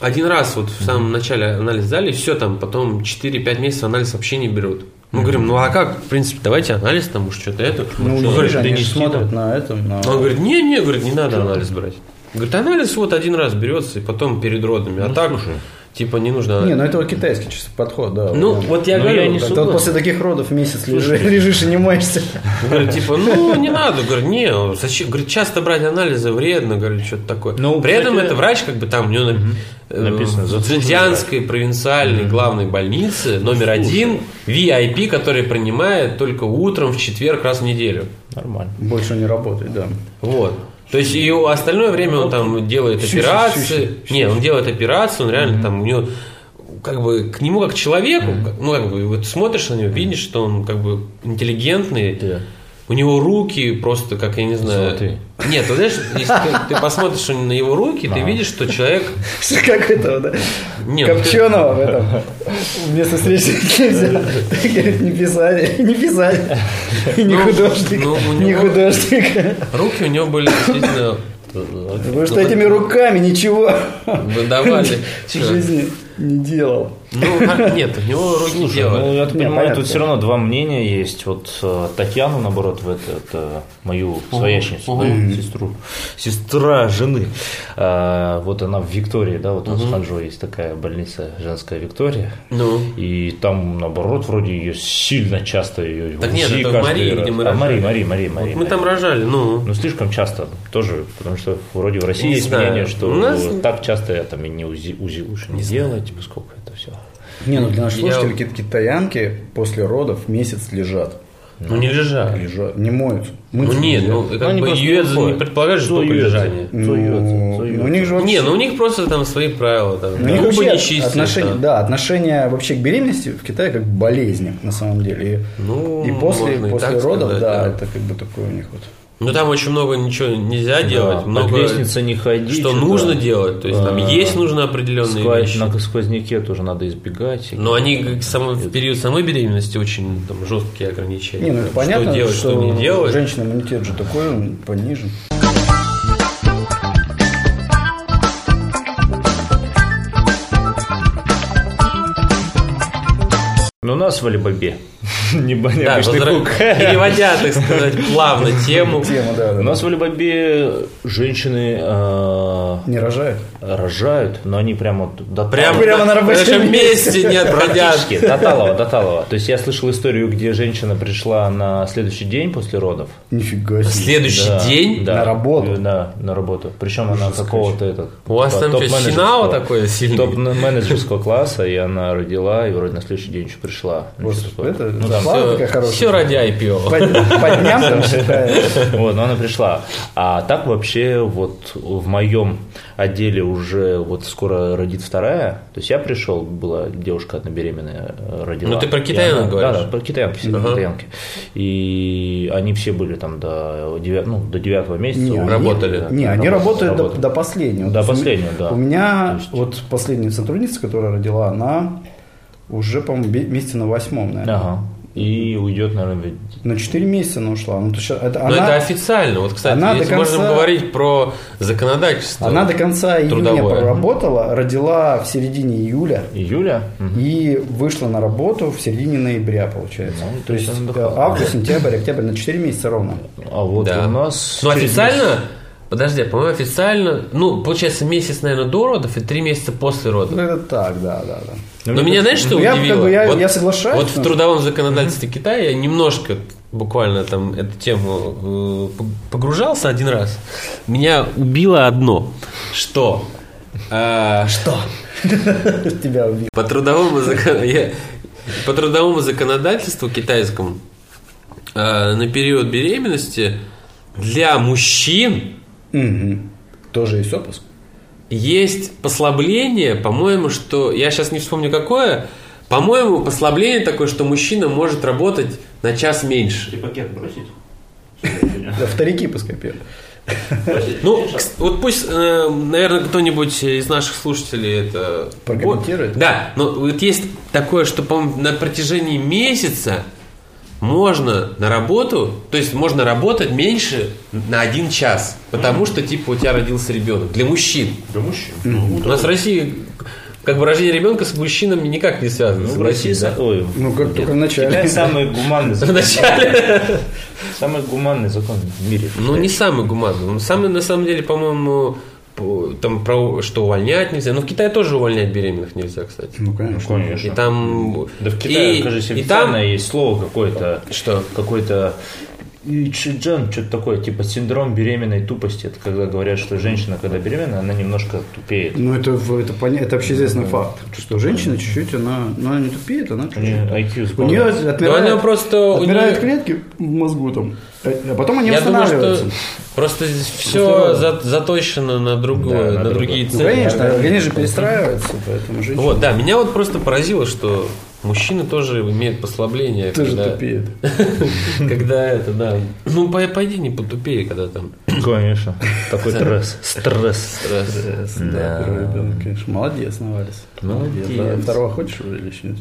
G: один раз вот в самом начале анализ дали, все там, потом 4-5 месяцев анализ вообще не берут. Мы говорим, ну а как, в принципе, давайте анализ, там уж что-то это.
E: Ну,
G: Он
E: у них
G: говорит,
E: же
G: «Да
E: они
G: не
E: же
G: скидывай».
E: смотрят на этом, на...
G: Он говорит, не, не, говорит, не надо анализ брать. Говорит, анализ вот один раз берется и потом перед родами, а так типа не нужно.
E: Не,
G: анализ.
E: ну это вот китайский чисто подход, да.
G: Ну,
E: Да.
G: вот я
F: Ну,
G: говорю,
F: я не
G: так,
E: Это вот после таких родов месяц лежи- лежишь и не моешься.
G: он говорит, типа, ну не надо, говорит, не, зачем, говорит, часто брать анализы вредно, говорит, что-то такое.
F: Ну,
G: При этом
F: кстати,
G: это врач как бы там у него на- э,
F: Написано,
G: в
F: заслуженный
G: Цзиньянской провинциальной главной больнице номер один VIP, который принимает только утром в четверг раз в неделю.
F: Нормально.
E: Больше он не работает, да.
G: Вот. То есть и остальное время он там делает
E: щу-
G: операции. Не, он делает операции, он реально там у него как бы к нему как к человеку, как- ну как бы вот смотришь на него, видишь, что он как бы интеллигентный.
F: Да.
G: У него руки просто, как я не знаю.
F: Золотые.
G: Нет, вот знаешь, если ты, ты посмотришь на его руки, ты видишь, что человек.
E: Как этого, да?
G: Нет,
E: Копченого в этом. Вместо встречи нельзя. Ты, говорит, не писали, не писали. Не
G: Ну,
E: художник,
G: ну, у
E: не
G: него-
E: художник.
G: руки у него были действительно
E: Потому
G: Ну,
E: что этими руками ничего
G: выдавали.
E: в жизни не делал.
G: Ну, а- нет, у него руки
F: Ну,
G: делали.
F: я так
E: Не,
F: понимаю,
E: понятно.
F: тут все равно два мнения есть. Вот э, Татьяну, наоборот, в это, это мою своячницу, да, сестру, сестра жены. А, вот она в Виктории, да, вот у нас в Ханчжоу есть такая больница женская Виктория.
G: Ну.
F: И там, наоборот, вроде ее сильно часто ее
G: Так нет, это в Марии, где мы
F: а, Марии,
G: рожали.
F: Марии, Марии, Марии.
G: Мы там рожали, ну.
F: Ну, слишком часто тоже, потому что вроде в России
G: Не
F: есть
G: знаю.
F: мнение, что
G: У нас-
F: так часто я там и не УЗИ, УЗИ лучше не, делать, типа сколько это все.
E: Не, ну для наших
G: Я-
E: слушателей какие-то китаянки после родов месяц лежат.
G: Ну не лежали.
E: Лежат, не типа моются.
G: Ну
E: Мыться
G: нет,
E: нельзя.
G: ну как
F: они
G: бы
F: просто
G: юэдзо не
F: выходят.
G: предполагает, что только
F: Суюэдзо.
G: лежание.
E: Ну, у них же вообще...
G: Не, ну у них просто там свои правила. Там,
E: Ну, у них
G: губы
E: вообще
G: не чистят.
E: отношение,
G: там.
E: да, отношение вообще к беременности в Китае как к болезни на самом деле. И,
G: Ну,
E: и после,
G: можно и
E: после
G: так
E: родов,
G: сказать,
E: да,
G: да.
E: это как бы такое у них вот.
G: Ну там очень много ничего нельзя делать.
F: Да,
G: Много
F: Под лестницы не ходить.
G: что
F: это,
G: нужно делать. То есть там
F: а,
G: есть нужно определенные
F: сквозь-
G: вещи.
F: На сквозняке тоже надо избегать.
G: Но они как само- в период самой беременности очень там, жесткие ограничения.
E: Не, ну это
G: Там,
E: понятно,
G: что делать, что, не делать.
E: женщина иммунитет же такой, он понижен.
F: Ну, у нас в Алибабе. Не баня,
G: Да,
F: обычный
G: возра-
F: хук.
G: Переводя, так сказать, плавно тему.
E: Тема, да, да.
F: У нас в Алибабе женщины э,
E: Не рожает.
F: рожают, но они прямо вот до
G: Прям,
F: талого.
E: Прямо на рабочем
G: нашем месте не отходя.
F: Практически, до талого, до талого. То есть я слышал историю, где женщина пришла на следующий день после родов.
E: Нифига себе.
G: Следующий
F: Да,
G: день.
F: да.
E: На работу?
F: Да, на работу. Причем она какого-то этот... типа,
G: У вас там что,
F: топ-менеджерского-
G: синало такое сильное?
F: Топ-менеджерского класса, и она родила, и вроде на следующий день еще пришла. Ну,
E: Вот
F: что-то такое.
E: это
F: Ну, там
E: зарплата какая хорошая.
G: Все ради IPO.
E: По, по дням там считаешь.
F: Вот, но она пришла. А так вообще вот в моем отделе уже вот скоро родит вторая. То есть я пришел, была девушка одна беременная э, родила.
G: Ну, ты про
F: И
G: китаянок
F: она-
G: говоришь?
F: Да, да, про китаянки, всегда
G: Ага.
F: китаянки. И они все были там до, девя- ну, до девятого месяца.
E: Не,
F: уже.
G: работали.
F: Да,
E: Не, они работают до,
F: работали.
E: до последнего.
F: До
E: То есть у-
F: последнего, да.
E: У меня
F: То есть-
E: вот последняя сотрудница, которая родила, она уже, по-моему, бе- месяца на восьмом, наверное.
F: Ага. И уйдет, наверное, ведь-
E: На 4 месяца она ушла. Ну, то есть это-
G: Но
E: она,
G: это официально. Вот, кстати,
E: она до
G: если можно
E: конца-
G: говорить про законодательство.
E: она до конца июня
G: трудовое.
E: проработала, родила в середине июля.
F: июля. Мгм.
E: И вышла на работу в середине ноября, получается.
F: Ну,
E: то есть
F: это
E: э,
F: отдыхала.
E: август, сентябрь, октябрь на 4 месяца ровно.
F: А вот
G: Да.
F: у нас...
G: Ну,
F: через
G: официально... Подожди, по-моему, официально, ну, получается, месяц, наверное, до родов и три месяца после
E: Ну,
G: родов.
E: это так, да, да, да.
G: Но меня, знаешь, что
E: Ну, я как
G: удивило?
E: бы, я- я соглашаюсь,
G: Вот в
E: но-
G: трудовом законодательстве Китая я немножко э, буквально там эту тему э, погружался один раз. Меня убило одно, что... э, что?
E: Тебя убили.
G: По трудовому, закон- я- по трудовому законодательству китайскому э, на период беременности для мужчин
E: Мгм. Тоже есть отпуск?
G: есть послабление, по-моему, что... Я сейчас не вспомню какое. По-моему, послабление такое, что мужчина может работать на час меньше.
E: Да, вторики пускай пьют.
G: Ну, кс- вот пусть, э, наверное, кто-нибудь из наших слушателей это...
E: Прокомментирует.
G: Да, но вот есть такое, что, по-моему, на протяжении месяца можно на работу, то есть можно работать меньше на один час, потому что, типа, у тебя родился ребенок. Для мужчин. Для
F: Ну
G: мужчин. У нас в России как бы рождение ребенка с мужчинами никак не связано.
F: Ну, в
G: согласись,
F: России... за- Ой,
E: Ну, как только в
F: Китай
E: начале.
F: самый гуманный
G: да?
F: закон.
G: Вначале.
F: Самый гуманный закон в мире.
G: Ну, не самый гуманный. Он самый, на самом деле, по-моему, по- там про что увольнять нельзя. Но в Китае тоже увольнять беременных нельзя, кстати.
E: Ну, конечно.
G: И
F: Конечно.
G: там...
F: Да в Китае,
G: и-
F: кажется,
G: и там
F: официально есть слово какое-то.
G: Что?
F: Какой-то Ичиджан, что-то такое, типа синдром беременной тупости. Это когда говорят, что женщина, когда беременна, она немножко тупеет.
E: Ну, это, в- это, поня- это общеизвестный факт, что женщина чуть-чуть, она, ну, она не тупеет, она
F: У нее
E: чуть-чуть.
F: IQ
E: У нее
F: сбавляется.
E: отмирают,
G: она просто- у
E: отмирают
G: нее-
E: клетки в мозгу там, а а потом они
G: Я думаю,
E: восстанавливаются.
G: что просто все
E: Здорово.
G: заточено на другое,
F: Ну, Да,
G: на,
F: на
G: другие
E: Ну,
G: цели.
E: конечно, организм же перестраивается, поэтому женщина
G: Вот, да, меня вот просто поразило, что мужчины тоже имеют послабление.
E: тоже
G: когда,
E: тупеет.
G: когда это, да. Ну, по- пойди не потупее, когда там.
F: Конечно. Такой стресс. Стресс.
G: раз.
E: Да, первый ребенок, конечно. Молодец, Наварис.
F: Молодец.
E: Да, Второго хочешь уже или еще нет?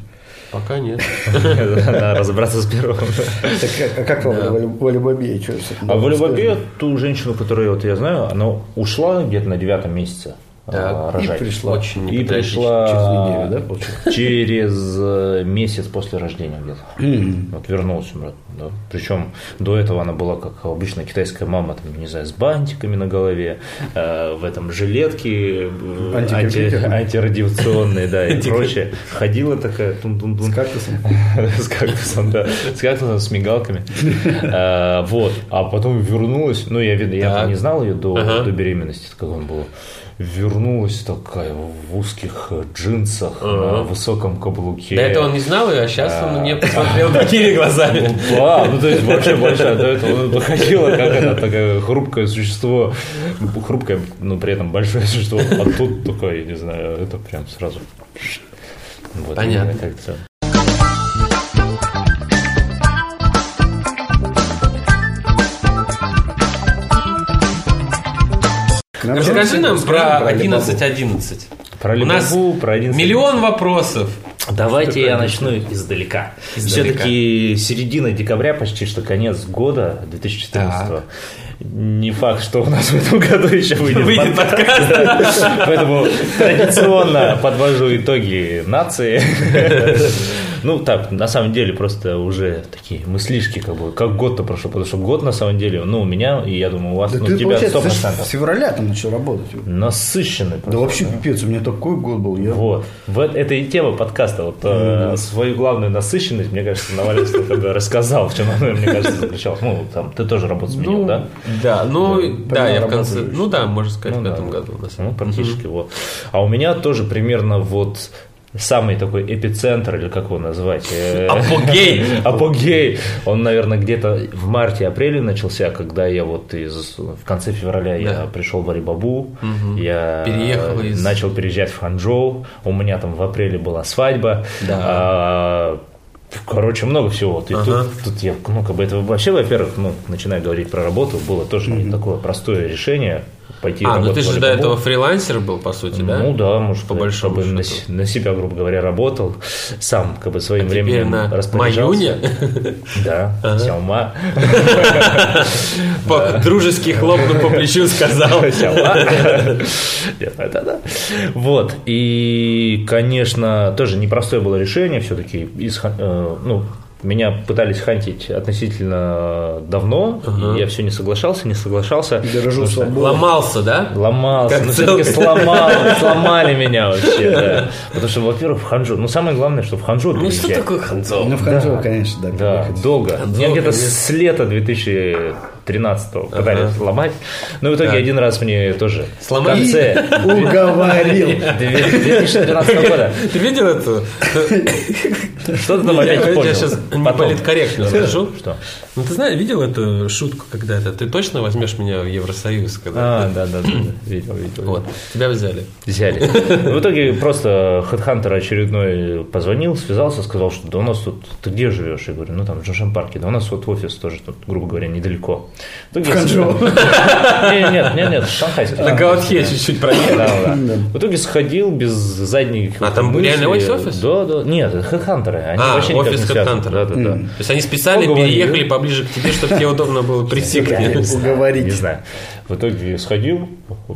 G: Пока нет.
F: Надо разобраться с первым.
E: Так как- а как вам в Валибабе? чё всё?
F: А в Алибабе ту женщину, которую вот я знаю, она ушла где-то на девятом месяце а,
G: Так, и
F: рожать.
E: пришла.
G: Очень
F: И
G: непотребно.
F: пришла
E: Через неделю, да, получается?
F: через, э, месяц после рождения где-то. Вот вернулась умрет. да. Причем до этого она была как обычная китайская мама, там, не знаю, с бантиками на голове, э, в этом жилетке э,
E: Антикрепитель.
F: анти- антирадиационной, да, и прочее. Ходила такая тун-тун-тун.
E: С кактусом.
F: С кактусом, да. С кактусом, с мигалками. Э, Вот. А потом вернулась. Ну, я, видно, я
G: Так.
F: не знал ее до,
G: Ага.
F: до беременности, как он был. Вернулась такая в узких э, джинсах
G: Ага.
F: на высоком каблуке.
G: До этого он не знал ее, а сейчас он мне посмотрел такими глазами.
F: Да, ну то есть вообще большая до этого ну, доходила, как она такая хрупкое существо, хрупкое, но при этом большое существо, а тут такое, я не знаю, это прям сразу. Вот,
G: Понятно.
F: именно как-то.
E: Нам
G: Расскажи
E: всем
G: нам
E: расскажи
G: про
E: про
G: 11.11.
F: Про
G: У нас
F: Либабу, про 11.11.
G: миллион вопросов.
F: Давайте я начну издалека.
G: Издалека.
F: Все-таки середина декабря, почти что конец года 2014 Не факт, что у нас в этом году еще выйдет,
G: Выйдет подкаст.
F: Поэтому традиционно подвожу итоги нации. Ну, так, на самом деле, просто уже такие мыслишки, как бы, как год-то прошел, потому что год, на самом деле, ну, у меня, и я думаю, у вас,
E: Да
F: ну, у
E: ты,
F: тебя
E: получается, ты ж
F: 100%.
E: с февраля там начал работать.
F: Насыщенный просто.
E: Да вообще пипец, у меня такой год был. Я...
F: Вот. Вот это и тема подкаста. Вот э, свою главную насыщенность, мне кажется, Навальный тогда рассказал, в чем она, мне кажется, заключалась. Ну, там, ты тоже работу сменил,
E: Ну,
F: да?
G: Да, ну да, я в конце.
E: работаешь.
G: Ну да, можно сказать, в
F: да.
G: этом году у нас.
F: Ну, практически, вот. А у меня тоже примерно вот самый такой эпицентр, или как его назвать? э,
G: А Апогей!
F: Апогей. Он, наверное, где-то в марте-апреле начался, когда я вот из... В конце февраля я
G: Да.
F: пришел в Арибабу, я
G: Переехал
F: э,
G: из-
F: начал переезжать в Ханчжоу, у меня там в апреле была свадьба.
G: Да.
F: А, Короче, много всего. То есть
G: Ага.
F: тут, тут я, ну, как бы это вообще, во-первых, ну, начиная говорить про работу, было тоже не такое простое решение пойти
G: А, ну
F: работать
G: ты
F: в
G: же до
F: Алибабу.
G: этого фрилансер был, по сути, да?
F: Ну да, может,
G: По большому
F: чтобы на,
G: счету. А
F: се- на себя, грубо говоря, работал, сам как бы своим
G: Теперь
F: временем
G: на
F: распоряжался.
G: Маюне
F: Да, Сяома.
G: по- дружески хлопнув по плечу сказал.
F: Сяома. Нет, ну это да. Вот. И, конечно, тоже непростое было решение все-таки. Из, Ха- э, ну, меня пытались хантить относительно давно, и я все не соглашался, не соглашался.
E: Держу свободу.
G: Ломался, да?
F: Ломался,
G: Как
F: ну все-таки
G: целка.
F: сломал, сломали меня вообще, да. Потому что, во-первых, в Ханчжоу, ну самое главное, что в Ханчжоу
G: Ну что
F: переезжать.
G: такое ханзо?
E: Ну, в Ханчжоу, конечно, да.
F: Да,
E: переехать.
F: долго. Я где-то
G: конечно.
F: с лета 2013 пытались сломать. Ну, в итоге один раз мне тоже
G: Сломали?
F: в конце
E: Уговорил.
F: 2013 года.
G: Ты видел эту?
F: Что ты там опять понял?
G: Ну, Я сейчас не
F: Потом.
G: политкорректно скажу.
F: Что?
G: Ну ты знаешь, видел эту шутку когда-то? Ты точно возьмешь меня в Евросоюз? когда?
F: А, да, да, да, да. видел, видел.
G: Вот, тебя взяли.
F: Взяли. В итоге просто хедхантер очередной позвонил, связался, сказал, что да у нас тут, ты где живешь? Я говорю, ну там в Джошем парке, да у нас вот офис тоже тут, грубо говоря, недалеко. В итоге я-
E: Ханчжоу.
F: Нет, нет, нет, нет, шанхайский.
G: На Гаутхе чуть-чуть проехал.
F: А. Да, да. В итоге сходил без задних
G: А там
F: мыслей.
G: реально офис- офис?
F: Да, да. Нет, это хедхантеры. Они
G: А,
F: вообще никак не
G: офис
F: связаны.
G: хедхантера.
F: Да, да, да.
G: То есть они специально
F: Поговорили.
G: переехали поближе к тебе, чтобы тебе удобно было прийти к
F: Я не
G: ней.
F: знаю,
E: Уговорить.
F: Не знаю. В итоге сходил,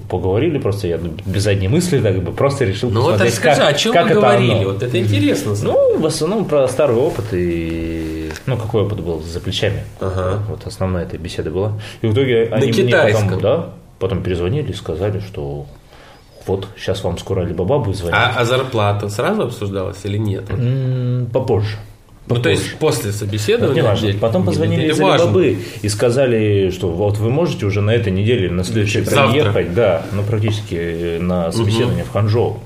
F: поговорили просто, я без задней мысли, так бы просто решил
G: Ну вот
F: посмотреть,
G: расскажи,
F: как,
G: о чем
F: как
G: вы
F: это
G: говорили?
F: оно.
G: Вот это интересно.
F: Ну, в основном про старый опыт и ну какой опыт был за плечами.
G: Ага.
F: Вот основная эта беседа была. И в итоге они мне
G: китайском.
F: потом, да, потом перезвонили и сказали, что вот сейчас вам скоро Алибаба будет звонить.
G: А, а зарплата сразу обсуждалась или нет?
F: М, Попозже.
G: Ну, то есть после собеседования.
F: Не важно.
G: отдельно.
F: Ну, Потом позвонили
G: Или
F: из
G: важно?
F: Алибабы и сказали, что вот вы можете уже на этой неделе, или на следующей
G: Завтра.
F: приехать, да, ну практически э, на собеседование в Ханчжоу.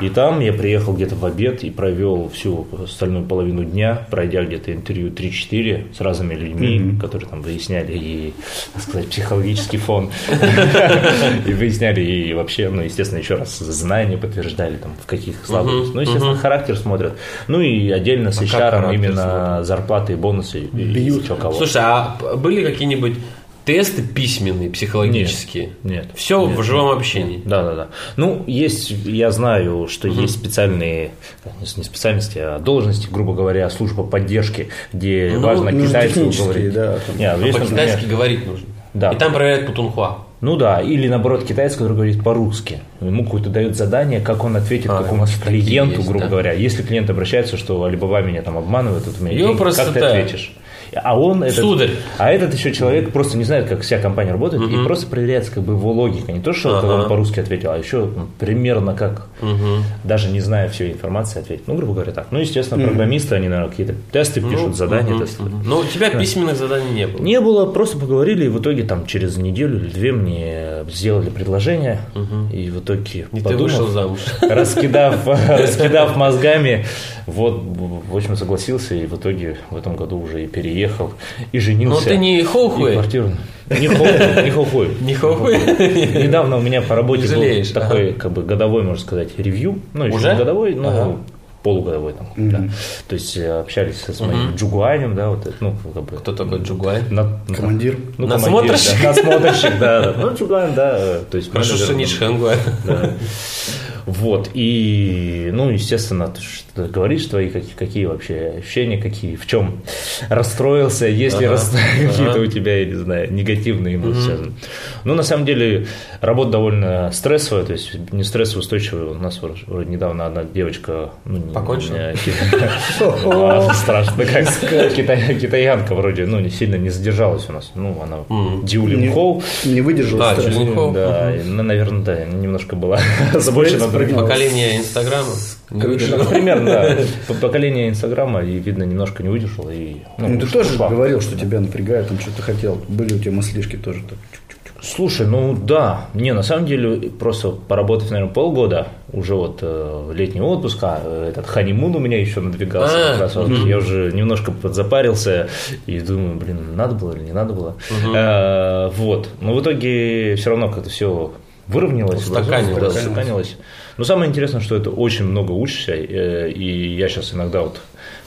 F: И там я приехал где-то в обед и провел всю остальную половину дня, пройдя где-то интервью 3-4 с разными людьми, которые там выясняли и, так сказать, психологический фон. И выясняли, и вообще, ну, естественно, еще раз знания подтверждали, там, в каких слабостях. Ну, естественно, характер смотрят. Ну, и отдельно с
G: А как
F: HR
G: характер
F: именно А, зарплаты и бонусы. и- и еще кого.
G: Слушай, а п- были какие-нибудь тесты письменные, психологические?
F: Нет, нет.
G: Все в живом общении.
F: Да, да, да. Ну, есть, я знаю, что есть специальные, не специальности, а должности, грубо говоря, служба поддержки, где важно
E: ну,
F: китайцы
E: технические,
F: говорить.
E: да, там.
F: Не, а есть, например,
G: По-китайски говорить нужно.
F: Да.
G: И там проверяют Путунхуа.
F: Ну да, или наоборот китаец, который говорит по-русски. Ему какое-то дает задание, как он ответит какому-то клиенту,
G: А, есть,
F: грубо
G: да.
F: говоря. Если клиент обращается, что Алибаба меня там обманывает, тут у меня
G: Его
F: деньги,
G: просто
F: как ты
G: да.
F: ответишь? А он этот,
G: Сударь.
F: а этот еще человек просто не знает, как вся компания работает, и просто проверяется как бы его логика. Не то, что как он по-русски ответил, а еще ну, примерно как, даже не зная всей информации, ответить. Ну, грубо говоря, так. Ну, естественно, программисты, они, наверное, какие-то тесты пишут,
G: Ну,
F: задания тесты.
G: Но Ну, у тебя письменных заданий не было.
F: Не было, просто поговорили, и в итоге там через неделю или две мне сделали предложение, и в итоге
G: И ты
F: подумав,
G: вышел замуж.
F: раскидав, раскидав мозгами, вот, в общем, согласился, и в итоге в этом году уже и переехал, и женился.
G: Но Ну, ты не
F: И
G: хоухуй.
F: квартиру- Не хохуй, не хохуй.
G: Не хоухуй.
F: Недавно у меня по работе
G: Жалеешь,
F: был такой, как бы, годовой, можно сказать, ревью. Ну, еще
G: Уже?
F: не годовой, но полугодовой там. да. То есть э, общались с моим джугуанем, да, вот это, ну, как бы.
G: Кто такой Джугай?
F: на- на-
E: Командир.
F: Ну,
G: Надсмотрщик?
F: командир, да, Надсмотрщик, да. да. Ну, джугуан, да. э, То есть
G: Хорошо,
F: менеджер,
G: что не
F: ну,
G: Шхангуай.
F: да. Вот, и, ну, естественно, ты что говоришь твои, какие, какие вообще ощущения, какие, в чем расстроился, есть ли
G: Ага,
F: рас- какие-то у тебя, я не знаю, негативные эмоции. Ну, на самом деле, работа довольно стрессовая, то есть не стрессоустойчивая. У нас вроде- вроде недавно одна девочка... ну, не-
G: Покончила?
F: не- Ладно, Страшно, как китай- китаянка вроде, ну, не сильно не задержалась у нас. Ну, она Дюлин Хоу.
E: Не выдержал
G: Да,
E: стресс.
G: через- Линков.
F: Да, ну, наверное, да, немножко была озабочена.
E: Спрыгнула.
G: Поколение Инстаграма. Не выдержало.
F: Примерно, да. По- Поколение Инстаграма, и, видно, немножко не выдержала. И,
E: Ну, ты
F: ушла.
E: тоже говорил, что тебя напрягает, там что-то хотел. Были у тебя мыслишки тоже. так, чук-чук-чук.
F: Слушай, ну да, не, на самом деле, просто поработав, наверное, полгода, уже вот э, летний отпуск, а э, этот ханимун у меня еще надвигался,
G: А,
F: как раз вот. я уже немножко подзапарился и думаю, блин, надо было или не надо было. Э, вот, но в итоге все равно как-то все выровнялось,
G: Устаканилось.
F: да, устаканилось. Но самое интересное, что это очень много учишься, э, и я сейчас иногда вот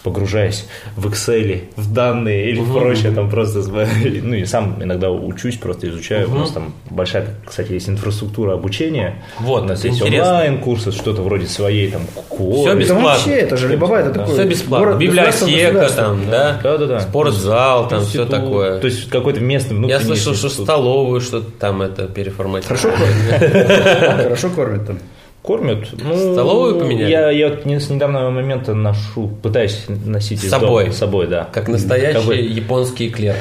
F: погружаясь в Excel, в данные или прочее, там просто, с- ну и сам иногда учусь, просто изучаю, у нас там большая, кстати, есть инфраструктура обучения,
G: Вот,
F: у нас
G: это
F: есть
G: интересно.
F: онлайн-курсы, что-то вроде своей там
G: Всё
F: курсы.
E: Да
G: Бесплатно.
E: вообще, это же Алибаба, это такой...
G: Все бесплатно.
E: город- государство
G: Библиотека
E: государства.
G: там, да?
F: Да-да-да.
G: Спортзал там, все такое.
F: То есть какой-то местный
G: Я
F: внутренний
G: слышал, что
F: институт.
G: столовую что-то там это переформатировали.
E: Хорошо кормят. Хорошо кормят там.
F: Кормят. Ну,
G: Столовую поменяли?
F: Я, я вот не- с недавнего момента ношу, пытаюсь носить
G: С
F: из дома.
G: собой.
F: С собой, да.
G: Как настоящий
F: Как бы-
G: японский эклер.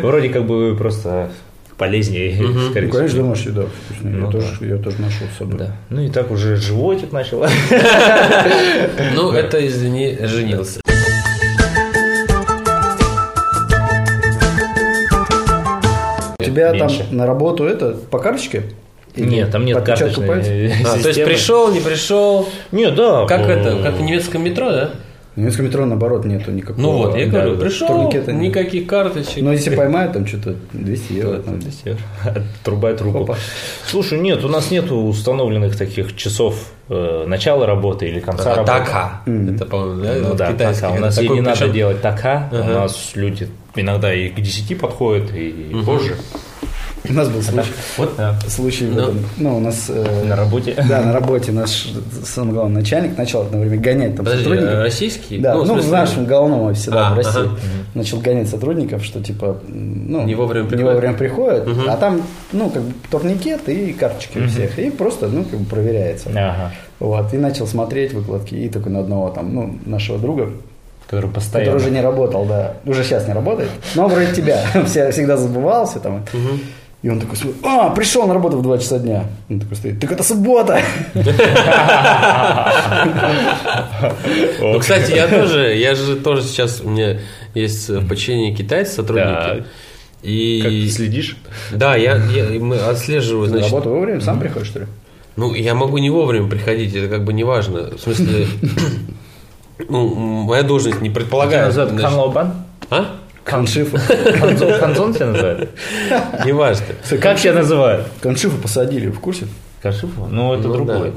F: Вроде как бы просто полезнее, скорее
E: Ну,
F: всего.
E: конечно, домашний, да. вкуснее. Я тоже- Я тоже нашел с собой.
F: Да. Ну и так уже животик начал.
G: Ну, это, извини, женился.
E: У тебя
F: Меньше.
E: там на работу это по карточке? Или
F: Нет, там нет
E: по отпечатку
F: карточной
E: пальцев?
F: э,
G: А, то есть
F: системы.
G: пришел, не пришел.
F: Нет, да.
G: Как
F: э,
G: это, как в немецком метро, да?
E: В немецком Ну, метро, наоборот, нету никакого.
G: Ну вот, я
F: да,
G: говорю,
F: да.
G: пришел,
E: Турникета нет.
G: никаких карточек.
E: Но если поймают, там что-то 200 евро. там.
F: Отрубает руку.
E: Опа.
F: Слушай, нет, у нас нету установленных таких часов э, начала работы или конца работы.
G: Атака. А, Это, по-моему, да?
F: Ну
G: вот
F: да,
G: Э, китайский.
F: така. У нас и
G: Такой
F: не надо
G: причем-
F: делать така. У нас люди иногда и к 10 подходят, и позже.
E: У нас был случай.
F: Вот да.
E: случай в этом. Ну, у нас... э,
F: На работе.
E: Да, на работе наш самый главный начальник начал одно время гонять там
G: Подожди,
E: сотрудников.
G: а российский?
E: Да, ну,
G: в
E: в,
G: смысле,
E: нашем головном офисе, да,
G: А,
E: в России.
G: ага.
E: Начал гонять сотрудников, что типа, ну,
G: Не вовремя приходят.
E: приходят. приходят, а там, ну, как бы турникет и карточки у всех, и просто, ну, как бы проверяется.
F: Ага.
E: Вот, и начал смотреть выкладки, и такой на одного там, ну, нашего друга,
F: Который
E: который
F: постоянно.
E: уже не работал, да, уже сейчас не работает, но вроде тебя, Вся- всегда забывался там. И он такой смотрит, а, пришел на работу в 2 часа дня. Он такой стоит, так это суббота.
G: Ну, кстати, я тоже, я же тоже сейчас, у меня есть э, в подчинении китайцы, сотрудники.
F: Так. Как ты
G: И
F: следишь?
G: да, я, я- и мы отслеживаю,
E: На
G: значит,
E: работу вовремя сам приходишь, что ли?
G: ну я могу не вовремя приходить, это как бы не важно, в смысле, ну моя должность не
F: Тебя
G: предполагает,
F: называют
G: значит,
F: Канлобан?
G: а?
E: Коншифу.
F: Канзон Канзон тебя называют?
G: Не важно.
F: Как тебя называют?
E: Коншифу посадили, в курсе?
F: Кашипов? Ну, это
G: Ну, да.
F: другой.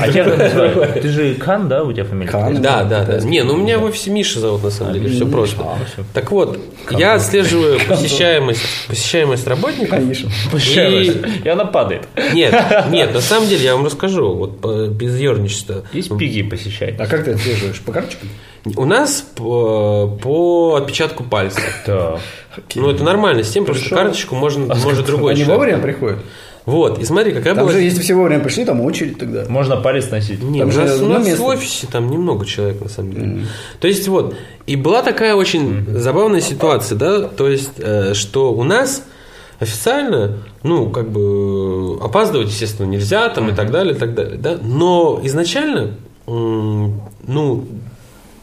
F: А тебя как называют? Ты же Кан, да, у тебя фамилия?
E: Кан.
G: Да, да, да. Не, ну у меня в офисе Миша зовут на самом деле, все просто.
E: а
G: Так вот, я отслеживаю посещаемость, посещаемость работников.
E: Конечно.
F: И... и она падает.
G: Нет, нет, на самом деле я вам расскажу, вот э, без ерничества.
F: Есть пиги посещать.
E: А как ты отслеживаешь? По карточкам?
G: У нас по, по отпечатку пальцев.
F: Да.
G: Ну, это нормально, с тем, потому что карточку можно,
E: А
G: А может другой
E: Они
G: человек.
E: вовремя приходят?
G: Вот, и смотри, какая
E: Там
G: была...
E: же, если все вовремя пришли, там очередь тогда.
G: а
F: Можно палец носить.
G: Не,
E: там
G: у
E: же
G: нас, у
E: одно
G: нас
E: место.
G: в офисе там немного человек, на самом деле. То есть, вот, и была такая очень забавная ситуация, да, то есть, э, что у нас официально, ну, как бы, э, опаздывать, естественно, нельзя, там, и так далее, и так далее, да, но изначально, м, ну,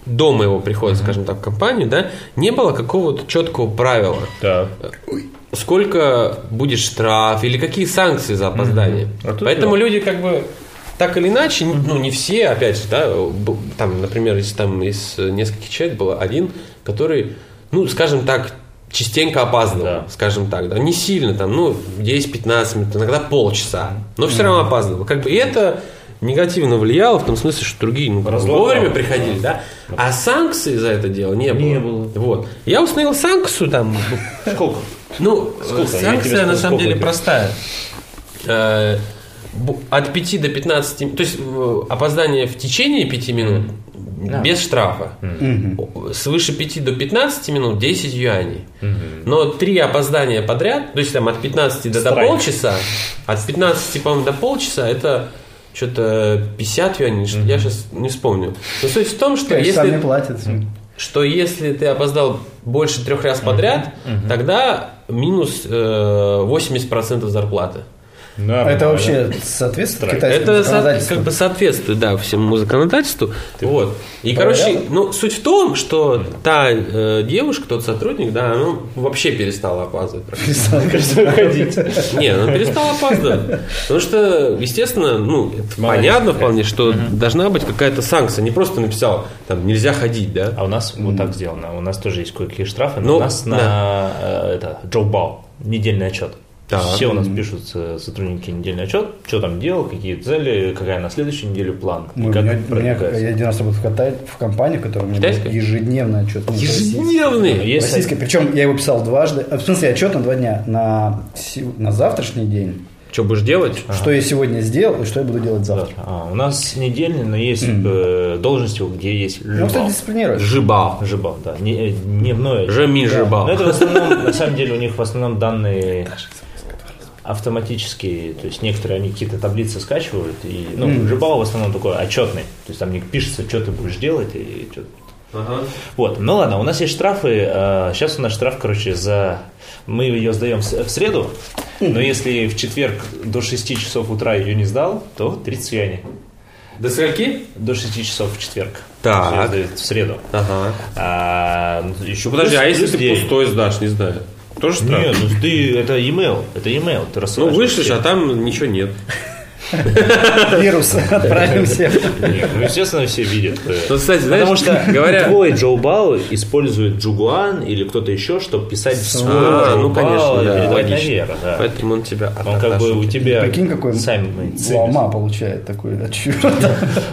G: до моего прихода, скажем так, в компанию, да, не было какого-то четкого правила
F: Да.
G: сколько будет штраф или какие санкции за опоздание.
F: А тут
G: Поэтому
F: да.
G: люди как бы так или иначе, ну не все, опять же, да, б- там, например, если там из э, нескольких человек был один, который, ну, скажем так, частенько опаздывал,
F: Да.
G: скажем так, да, не сильно там, ну, 10-15 минут, иногда полчаса, но все равно опаздывал. Как бы и это негативно влияло, в том смысле, что другие ну, как бы
F: Разломало.
G: вовремя приходили, да? А санкций за это дело не было.
F: Не было.
G: Вот. Я установил санкцию там. ну,
F: Сколько?
G: Ну,
F: Сколько?
G: э,
F: Я тебе
G: санкция
F: скажу,
G: на самом
F: сколько
G: деле
F: тебе?
G: простая. Э, бу- От 5 до 15, м- то есть э, опоздание в течение 5 минут без штрафа. О, Свыше 5 до 15 минут 10 юаней. Но три опоздания подряд, то есть там от 15 до, до
F: Страйк.
G: полчаса, от 15, по-моему, до полчаса это что-то 50 юаней, что- я сейчас не вспомню. Но суть в том, что
E: Конечно, сам не
G: если
E: платит.
G: что если ты опоздал больше трех раз подряд, тогда минус э, 80% зарплаты.
E: Это вообще соответствует китайскому
G: А, Это со-
E: законодательству?
G: как бы соответствует, да, всему законодательству. вот. И,
E: проверял?
G: короче, ну, суть в том, что та э, девушка, тот сотрудник, да, она вообще перестала опаздывать. практически. Не, она перестала опаздывать. Потому что, естественно, ну, это
F: Молодец
G: понятно вполне, что должна быть какая-то санкция. Не просто написал, там, нельзя ходить, да.
F: А у нас вот так сделано. У нас тоже есть кое-какие штрафы, но
G: Ну,
F: у нас на э, это Джоубау недельный отчет.
G: Так.
F: Все у нас пишут э, сотрудники недельный отчет, что там делал, какие цели, какая на следующую неделю план. и
E: Ну, у
F: как
E: меня, у меня-
F: продвигается.
E: я один раз работал в, кота- в компании, в которой у меня
G: Китайской?
E: был ежедневный отчет. ну,
G: Ежедневный.
F: Есть
E: Российский. Причем я его писал дважды. А, В смысле, отчет на два дня. На, се- на завтрашний день.
G: Что будешь делать?
E: Что я сегодня сделал и что я буду делать завтра.
F: А, у нас недельный, но есть э, должности, где есть
E: Ну, кстати,
F: жибал.
E: дисциплинирует.
G: Жибал.
F: Жибал, да. Не, э, дневное.
G: Жами
F: Но
G: жибал.
F: Ну, это в основном, на самом деле, у них в основном данные автоматические, то есть некоторые они какие-то таблицы скачивают, и, ну, Жибал в основном такой отчетный, то есть там не пишется, что ты будешь делать, и чё- Вот, ну ладно, у нас есть штрафы, сейчас у нас штраф, короче, за... Мы ее сдаем в с- в среду, но если в четверг до 6 часов утра ее не сдал, то 30 юаней.
G: До скольки?
F: До 6 часов в четверг.
G: Так.
F: То есть сдают В среду.
G: Ага.
F: еще
G: Ну подожди, а если ты пустой сдашь, не знаю. Тоже штраф?
F: Нет, ну ты, это e-mail, это e-mail, ты
G: Ну
F: рассылаешь.
G: вышлешь, а там ничего нет.
E: Вирус отправим всем.
G: а
F: Нет, ну, естественно, все видят. э,
G: Ну, кстати, знаешь,
F: Потому что
G: говоря-
F: двое Джоубао используют Джугуан или кто-то еще, чтобы писать свой
G: А, ну,
F: Джоубао
G: конечно,
F: и
G: да,
F: передавать
G: логично.
F: наверх, да.
G: Поэтому он тебя
F: Он как бы у тебя...
E: Прикинь, какой
F: Сами мы ценим.
E: лома получает такой отчет.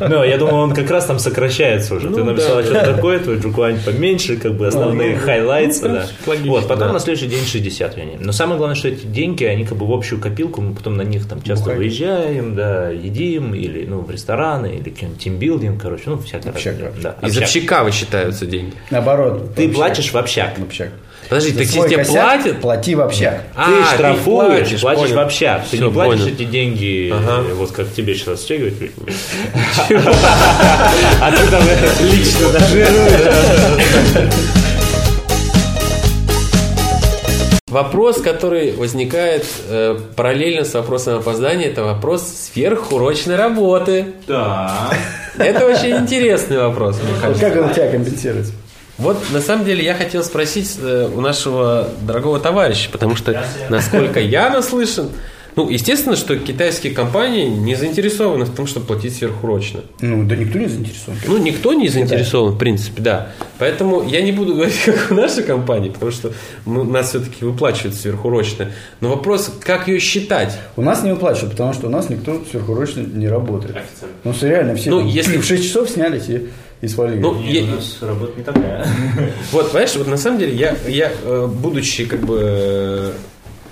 F: Ну, я думаю, он как раз там сокращается
G: Ну
F: уже. Ты написал что-то такое, твой джукуань поменьше, как бы основные хайлайтсы, да.
G: ну, логично,
F: Вот, потом
G: да.
F: на следующий день 60 юаней. Но самое главное, что эти деньги, они как бы в общую копилку, мы потом на них там часто выезжаем, да, едим, или, ну, в рестораны, или какой-нибудь тимбилдинг, короче, ну, всякое.
E: Общага.
F: разное, да.
G: Из
F: Общага.
G: общака вычитаются деньги.
E: Наоборот.
F: Ты
E: вообще.
F: платишь в общак.
E: Общак.
G: Подожди, так
E: Свой
G: если тебе
E: косяк
G: платят,
E: Плати в общак.
G: А,
F: ты
G: ты
F: штрафуешь,
G: платишь,
F: платишь,
G: понял.
F: в общак. Ты
G: Всё,
F: не платишь
G: понял.
F: эти деньги,
G: Ага.
F: э, вот как тебе сейчас стягивать. А ты там это лично
G: Вопрос, который возникает э, параллельно с вопросом опоздания, это вопрос сверхурочной работы.
F: Да.
G: Это очень интересный вопрос. мне
E: Вот
G: кажется.
E: как он тебя компенсирует?
G: Вот на самом деле я хотел спросить э, у нашего дорогого товарища, потому что, насколько я наслышан, ну, естественно, что китайские компании не заинтересованы в том, чтобы платить сверхурочно.
E: Ну, да никто не заинтересован.
G: Ну, никто не заинтересован, в принципе, да. Поэтому я не буду говорить, как у нашей компании, потому что мы- нас все-таки выплачивают сверхурочно. Но вопрос, как ее считать?
E: У нас не выплачивают, потому что у нас никто сверхурочно не работает. Ну, все реально, все
G: Ну,
E: там
G: если-
E: в 6 часов снялись и, и свалили.
G: Ну, я-
F: работа не такая.
G: Вот, понимаешь, вот на самом деле я, я э, будучи, как бы, э,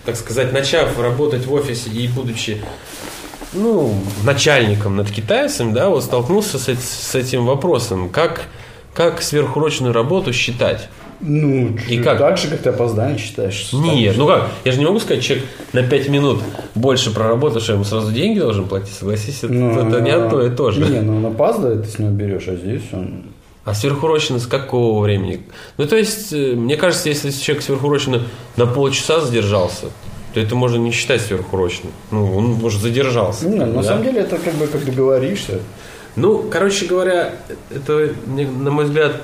G: так сказать, начав работать в офисе и будучи, ну, начальником над китайцем, да, вот столкнулся с, эт- с этим вопросом, как, как сверхурочную работу считать.
E: Ну,
G: И
E: чё,
G: как?
E: так же, как ты опоздание считаешь.
G: Нет, ну как, я же не могу сказать, человек на 5 минут больше проработал, что ему сразу деньги должен платить, согласись, это,
E: Ну,
G: это не одно и то же.
E: Не, ну он опаздывает, ты с него берешь, а здесь он...
G: А сверхурочно с какого времени? Ну, то есть, э, мне кажется, если человек сверхурочно на полчаса задержался, то это можно не считать сверхурочным. Ну, он, может, задержался.
E: Не, на
G: Да.
E: самом деле это как бы как договоришься.
G: Ну, короче говоря, это, мне- на мой взгляд,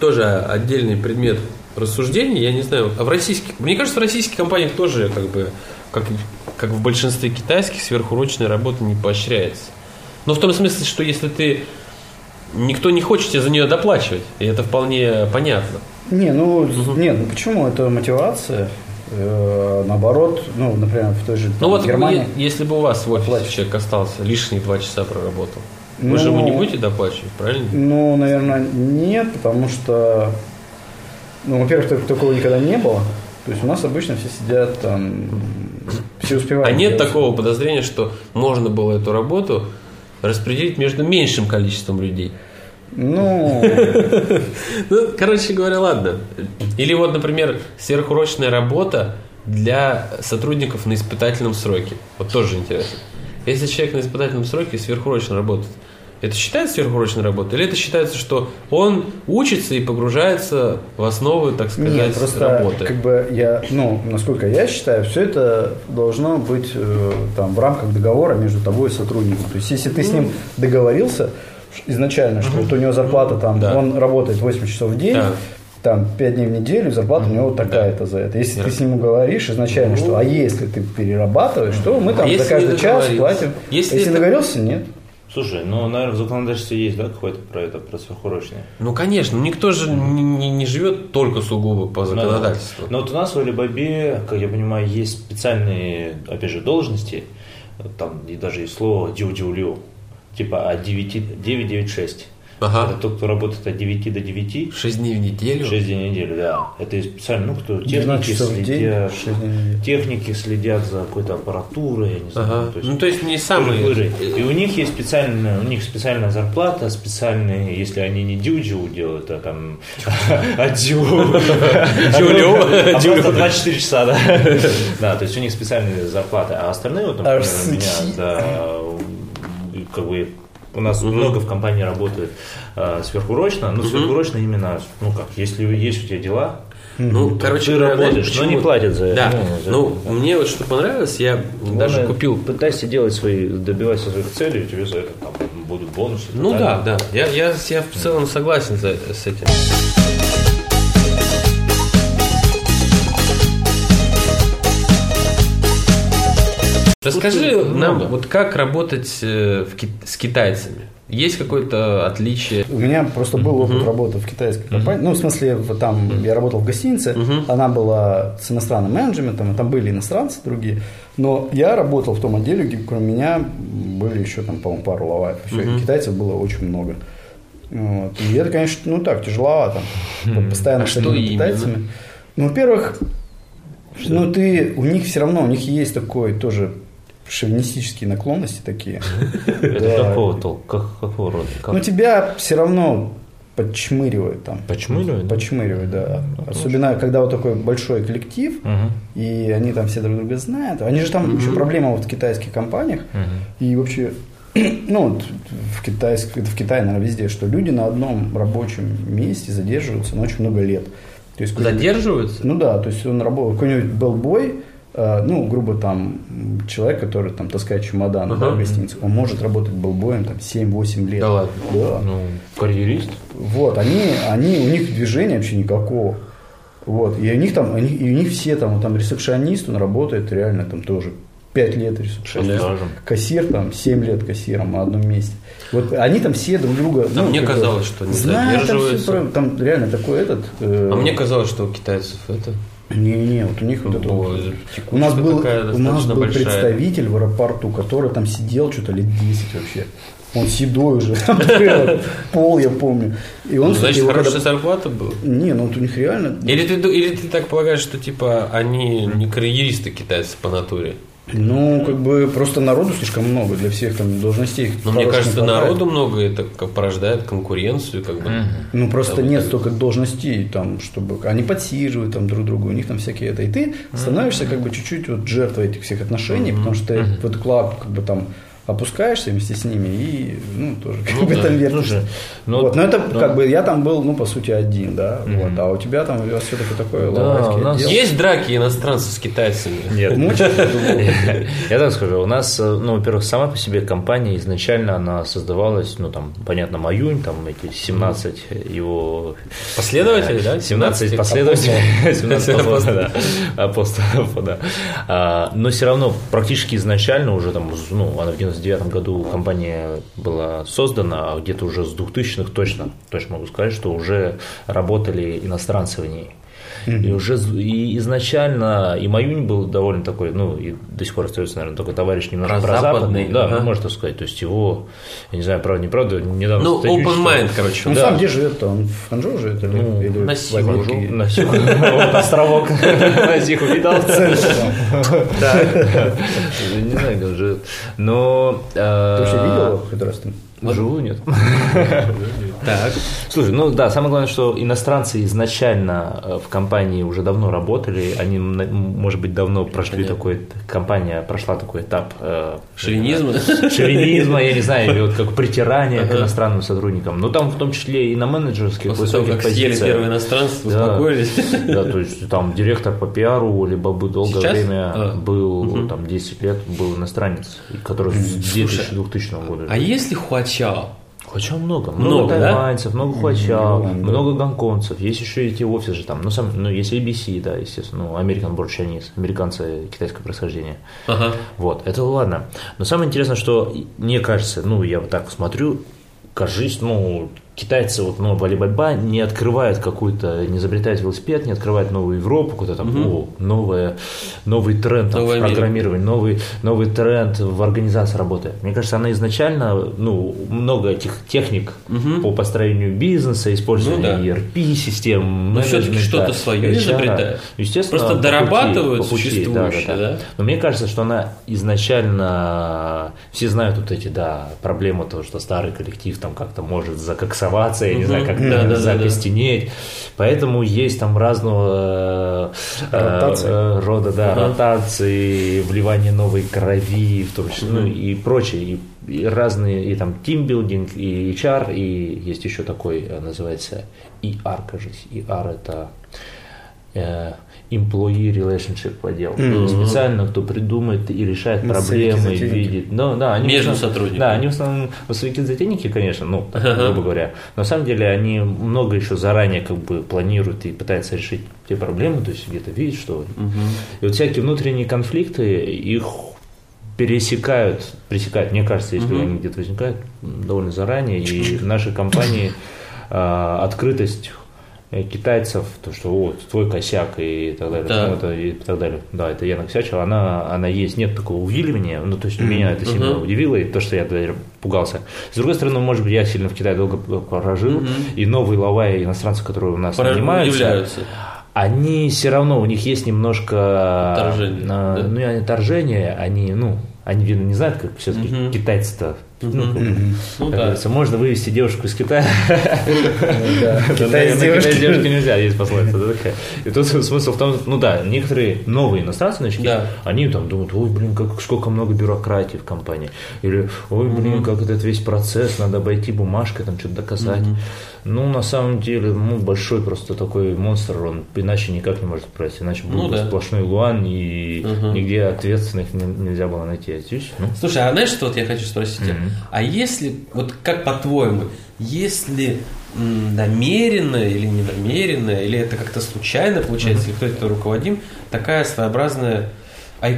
G: тоже отдельный предмет рассуждений. Я не знаю, а в российских... Мне кажется, в российских компаниях тоже, как бы, как, как в большинстве китайских, сверхурочная работа не поощряется. Но в том смысле, что если ты... Никто не хочет тебе за нее доплачивать, и это вполне понятно.
E: Не, ну, нет, ну почему? Это мотивация. Э, Наоборот, ну, например, в той же
G: Ну вот,
E: Германии.
G: е- если бы у вас в офисе
E: Платишь.
G: человек остался, лишние два часа проработал, вы же ему
E: Ну.
G: не будете доплачивать, правильно?
E: Ну, наверное, нет, потому что, ну, во-первых, так- такого никогда не было. То есть у нас обычно все сидят там, все успевают.
G: А нет
E: делать.
G: такого подозрения, что можно было эту работу распределить между меньшим количеством людей?
E: Ну,
G: Ну, короче говоря, ладно. Или вот, например, сверхурочная работа для сотрудников на испытательном сроке. Вот тоже интересно. Если человек на испытательном сроке сверхурочно работает, это считается сверхурочной работой? Или это считается, что он учится и погружается в основы, так сказать,
E: нет, просто
G: работы?
E: как бы я, ну, насколько я считаю, все это должно быть э, там в рамках договора между тобой и сотрудником. То есть если ты с
G: Ну.
E: ним договорился ш- изначально, что вот у него зарплата там,
G: Да.
E: он работает 8 часов в день,
G: Да.
E: там 5 дней в неделю, зарплата у него такая-то за это. Если ты с ним говоришь изначально, что а если ты перерабатываешь, то мы там
G: Ну.
E: за
G: если не
E: каждый час
G: договорился?
E: платим.
G: Если
E: Если,
G: это-
E: договорился, нет.
F: Слушай, ну, наверное, в законодательстве есть, да, какое-то про это, про сверхурочное?
G: Ну, конечно, никто же не, не- не живет только сугубо по
F: Ну,
G: законодательству.
F: Но вот у нас в Алибабе, как я понимаю, есть специальные, опять же, должности, там и даже есть слово дю-дю-лю, типа от 9, 996.
G: Ага.
F: Это тот, кто работает от 9 до 9,
G: Шесть дней в неделю.
F: 6 дней в неделю, да. Это и специально, ну, кто
E: 12
F: техники
E: часов в день,
F: следят,
E: 6 дней в неделю.
F: техники следят за какой-то аппаратурой, я не знаю.
G: Ага. Ну, то есть не самые...
F: Лыжи. И у них есть специальная, у них специальная зарплата, специальные, если они не дюджу делают, а там а дю.
G: Дюлю.
F: А
G: Дюлю.
F: просто 24 часа, да. Да, то есть у них специальные зарплаты, а остальные вот, например, у меня,
E: Арсычи.
F: да, как бы у нас много в компании работает э, сверхурочно, но сверхурочно именно, ну как, если есть у тебя дела,
G: Ну, короче,
F: ты
G: говоря,
F: работаешь,
G: знаешь,
F: но
G: почему?
F: не платят за это.
G: Да.
F: Ну, за
G: Ну, мне вот что понравилось, я даже
F: Главное,
G: купил.
F: ну, Пытайся делать свои, добивайся своих целей, тебе за это там, будут бонусы. и так
G: Ну да,
F: далее.
G: да. Я, я, я в целом согласен за- с этим. Расскажи нам, вот как работать э, в Ки- с китайцами? Есть какое-то отличие?
E: У меня просто был опыт работы в китайской компании. Ну, в смысле, в- там я работал в гостинице, она была с иностранным менеджментом, и там были иностранцы другие. Но я работал в том отделе, где кроме меня были еще там, по-моему, пару лаваев. Все, китайцев было очень много. Вот. И это, конечно, ну так, тяжеловато. Постоянно с
G: Хм. А что
E: этими
G: именно?
E: китайцами. Ну, во-первых, ну ты, у них все равно, у них есть такой тоже шовинистические наклонности такие.
F: Это
E: Да.
F: какого толка? Как- Какого рода? Как?
E: Ну, тебя все равно подчмыривают там.
F: Почему не?
E: Подчмыривают, да.
G: ну,
E: Особенно, когда вот такой большой коллектив, и они там все друг друга знают. Они же там еще проблема вот в китайских компаниях. И вообще, ну, вот в, китайск- это в Китае, наверное, везде, что люди на одном рабочем месте задерживаются на очень много лет. То есть, какой-нибудь-
G: Задерживаются?
E: ну да, то есть он работал, какой-нибудь белбой, э, ну, грубо там, м, человек, который там таскает чемодан да, в гостинице, он может работать белбоем там 7-8 лет.
G: Да ладно.
E: Да.
F: Ну, карьерист.
E: Вот, они, они, у них движения вообще никакого. Вот, и у них там, они, и у них все там, вот там ресепшионист, он работает реально там тоже 5 лет ресепшионистом.
F: Стажем.
E: Кассир там 7 лет кассиром на одном месте. Вот они там все друг друга... ну,
G: А мне
E: как бы
G: казалось, что они
E: знают там, всё
G: задерживаются.
E: про- там реально такой этот... э,
G: А мне казалось, что у китайцев это...
E: не-не, вот у них вот это вот. У нас
G: текучка
E: был,
G: такая
E: у нас
G: достаточно
E: был
G: большая.
E: представитель в аэропорту, который там сидел что-то лет 10 вообще. Он седой уже, там прям пол, я помню. И он,
G: Ну,
E: кстати,
G: Значит,
E: его когда-
G: хорошая зарплата была?
E: Не, ну вот у них реально...
G: Или ты, ду- или ты так полагаешь, что типа они не карьеристы китайцы по натуре?
E: Ну, как бы просто народу слишком много для всех там должностей.
G: Но Ну, мне
E: Хороших
G: кажется,
E: не хватает.
G: народу много, это к- порождает конкуренцию, как бы.
E: Ну, просто нет столько должностей, там, чтобы... Они подсиживают там друг друга, у них там всякие это. И ты становишься как бы чуть-чуть вот жертвой этих всех отношений, потому что ты в эту клавку как бы там опускаешься вместе с ними и, ну, тоже как бы
G: да,
E: там
F: слушай,
E: вертишься.
F: ну,
E: вот, но это
F: да.
E: как бы я там был, ну, по сути, один, да, вот, а у тебя там у вас все-таки такое лавайский
F: у нас
E: отдел.
G: Есть драки иностранцев с китайцами?
F: Нет.
E: Мучаешь друг друга?
F: Я так скажу, у нас, э, ну, во-первых, сама по себе компания изначально она создавалась, ну, там, понятно, Маюнь, там, эти 17 его...
G: Последователей, да?
F: 17 последователей, 17 апостолов, да. Апостолов, да. А, Но все равно практически изначально уже там, ну, она в 99 году компания была создана, а где-то уже с 2000-х точно, точно могу сказать, что уже работали иностранцы в ней. И уже з- и изначально, и Маюнь был довольно такой, ну, и до сих пор остается, наверное, такой товарищ немножко
G: Прозападный,
F: прозападный. Да,
G: ага.
F: ну, можно так сказать. То есть его, я не знаю, правда, неправда, недавно...
G: Ну,
F: статью
G: open
F: читал.
G: mind, короче.
E: Он
F: Да.
E: Ну,
F: Ну,
E: сам где живет-то? Он в Ханчжоу живет или, или
G: на
E: в
G: Сиву.
E: Америке?
F: На сих- Вот островок. На сих увидал. Да. Не знаю, где он живет. Но...
E: Ты
F: Ты
E: вообще видел его хоть раз там?
F: Живу нет. Так. Слушай, ну да, самое главное, что иностранцы изначально э, в компании уже давно работали, они, м, м, может быть, давно прошли такой, компания прошла такой этап э,
G: Шовинизм.
F: шовинизма, я не знаю, или вот как притирания к иностранным сотрудникам. Ну там в том числе и на менеджерских
G: После того,
F: высоких
G: как съели
F: позициях.
G: первое иностранство,
F: Да.
G: успокоились.
F: Да, то есть там директор по пиару, либо бы долгое
G: Сейчас?
F: время
G: А.
F: был, там 10 лет, был иностранец, и который с 2000 года.
G: А если Хуачао?
F: Хуачао много.
G: Много,
F: Много,
G: да? ну
F: тайваньцев, много хуачао, много гонконцев. Есть еще эти офисы же там. Ну, сам, ну, есть ABC, да, естественно. Ну, American Born Chinese. Американцы китайского происхождения.
G: Ага.
F: Вот, это ладно. Но самое интересное, что мне кажется, ну, я вот так смотрю, кажись, ну, китайцы, вот, ну, Алибаба не открывают какую-то, не изобретают велосипед, не открывают новую Европу, куда там, о, новое, новый тренд там,
G: Новая
F: в
G: Америка.
F: программировании, новый, новый тренд в организации работы. Мне кажется, она изначально, ну, много этих техник по построению бизнеса, использованию
G: Ну да.
F: ERP-систем,
G: Но всё-таки
F: менеджмента,
G: что-то своё
F: HR.
G: изобретают.
F: Естественно,
G: Просто
F: по пути-
G: дорабатывают
F: по пути,
G: существующее, да?
F: но мне кажется, что она изначально... Все знают вот эти, да, проблемы, то, что старый коллектив там как-то может закоксоваться, я не знаю, как
G: Да, да, да,
F: закостенеть. Поэтому есть там разного э,
E: Ротации.
F: э, рода, да,
G: Ага.
F: ротации, вливание новой крови, в том числе, ну и прочее. И, и разные, и там тимбилдинг, и HR, и есть еще такой, э, называется ER, кажется. ER это э, employee relationship отдел. Специально кто придумает и решает
E: Массовики,
F: проблемы,
E: затейники.
F: видит. Ну, да, они
G: Между
F: в основном-
G: сотрудниками.
F: Да, они в основном массовики-затейники, конечно, ну, так, грубо говоря. Но на самом деле они много еще заранее как бы планируют и пытаются решить те проблемы, то есть где-то видят, что... И вот всякие внутренние конфликты, их пересекают, пересекают, мне кажется, если они где-то возникают, м, довольно заранее. И в нашей компании а, открытость э, китайцев, то, что вот твой косяк и так далее,
G: Да.
F: ну, это и так далее. Да, это я накосячил, она, она есть, нет такого увиливания, ну, то есть меня это сильно удивило, и то, что я наверное, пугался. С другой стороны, может быть, я сильно в Китае долго прожил, и новые лаваи иностранцы, которые у нас
G: Пора-
F: нанимаются,
G: Являются.
F: они все равно, у них есть немножко... э,
G: Отторжение, да.
F: Ну, и они отторжение, они, ну, они, видно, не знают, как все-таки китайцы-то. Ну, как,
G: Ну
F: как
G: да.
F: говорится, можно вывести девушку из Китая.
E: Китай
F: Наверное,
E: с
F: Китай с
E: девушкой.
F: девушки нельзя, есть пословица да, такая. И тут смысл в том, ну да, некоторые новые иностранцы, новички,
G: Да.
F: они там думают, ой, блин, как, сколько много бюрократии в компании. Или, ой, блин, как этот весь процесс, надо обойти бумажкой, там что-то доказать. Ну, на самом деле, ну, большой просто такой монстр, он иначе никак не может пройти, иначе был
G: Ну
F: бы
G: да.
F: сплошной луан, и нигде ответственных не- нельзя было найти. А здесь, ну,
G: Слушай, а знаешь, что вот я хочу спросить? тебя? А если, вот как по-твоему, если м, намеренно или не намеренно, или это как-то случайно получается, или кто это руководим, такая своеобразная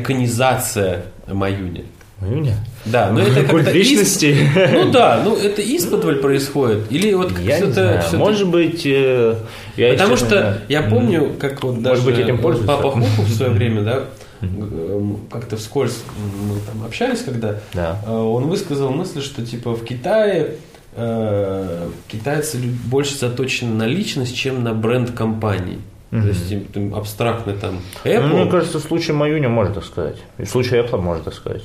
G: айконизация Маюни?
F: июня.
G: Да, ну это
F: Культ
G: как-то
F: личности.
G: исп- Ну да, ну это исподволь происходит. Или вот как
F: Я не
G: всё-то-
F: знаю,
G: всё-то-
F: может быть, э, я
G: Потому
F: честно,
G: что я
F: м,
G: помню, как вот даже
F: быть, этим пользуются?
G: папа Хуку в свое время, да, эм, как-то вскользь м, мы там общались, когда
F: Да.
G: э, он высказал мысль, что типа в Китае э, китайцы лю- больше заточены на личность, чем на бренд компании. То есть им там абстрактно там Apple.
F: Ну, мне кажется, в случае Маюня можно так сказать. И в случае Apple можно так сказать.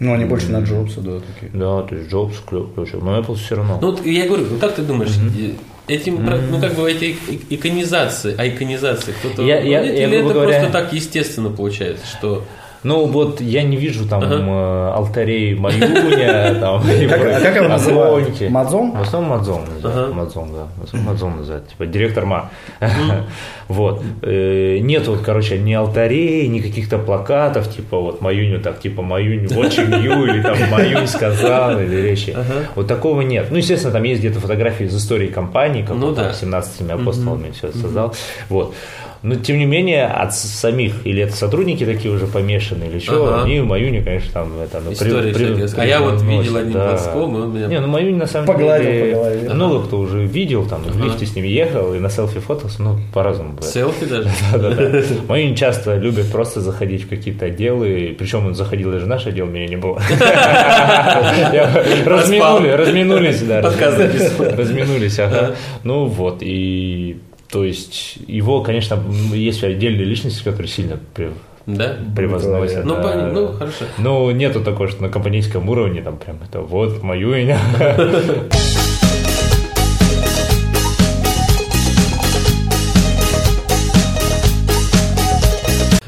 E: Ну, они больше на Джобса, да, такие.
F: Да, то есть Джобс клю- ключил. Но Apple все равно.
G: Ну вот я говорю, ну как ты думаешь, э, этим, про- ну как бы эти ик- иконизации, айконизации кто-то
F: Я- я-
G: руководит,
F: я,
G: или это
F: грубо говоря-
G: просто так естественно получается, что
F: Ну, вот я не вижу там э, алтарей Маюня, там, и
E: Как, а как его
F: прочие
E: называют?
F: иконки.
E: Мадзон?
F: В основном Мадзон называют. Мадзон, да. В основном Мадзон называют. Типа директор Ма. Вот. Э, Нет вот, короче, ни алтарей, ни каких-то плакатов, типа вот Маюню так, типа Маюнь watching you, или там Маюнь сказал, или речи. Вот такого нет. Ну, естественно, там есть где-то фотографии из истории компании, как
G: Ну
F: он там
G: да.
F: 17 апостолами все создал. Вот. Но, тем не менее, от с- самих, или это сотрудники такие уже помешаны, или что,
G: Ага.
F: они Маюню, конечно, там... Это, ну, при-
G: История
F: при-
G: всякая.
F: при-
G: А я вот
F: превозносят,
G: видел одним
F: да.
G: глазком, и он меня-
F: Не, ну Маюнь на самом
E: Погладил
F: деле...
E: по голове.
F: Много кто уже видел, там, в лифте с ними ехал, и на селфи фотос, ну, по-разному. бывает.
G: Селфи даже.
F: Да-да-да. Мои часто любят просто заходить в какие-то отделы. Причем он заходил даже в наш отдел, меня не было. Я- Разминули, разминулись, да.
G: Подкаст записывал.
F: Разминулись, ага. Ну вот, и то есть его, конечно, м, есть отдельные личности, которые сильно пре-
G: Да?
F: превозносят.
G: Ну,
F: да.
G: пон- ну, хорошо.
F: Ну, нету такого, что на компанейском уровне там прям это вот мою меня.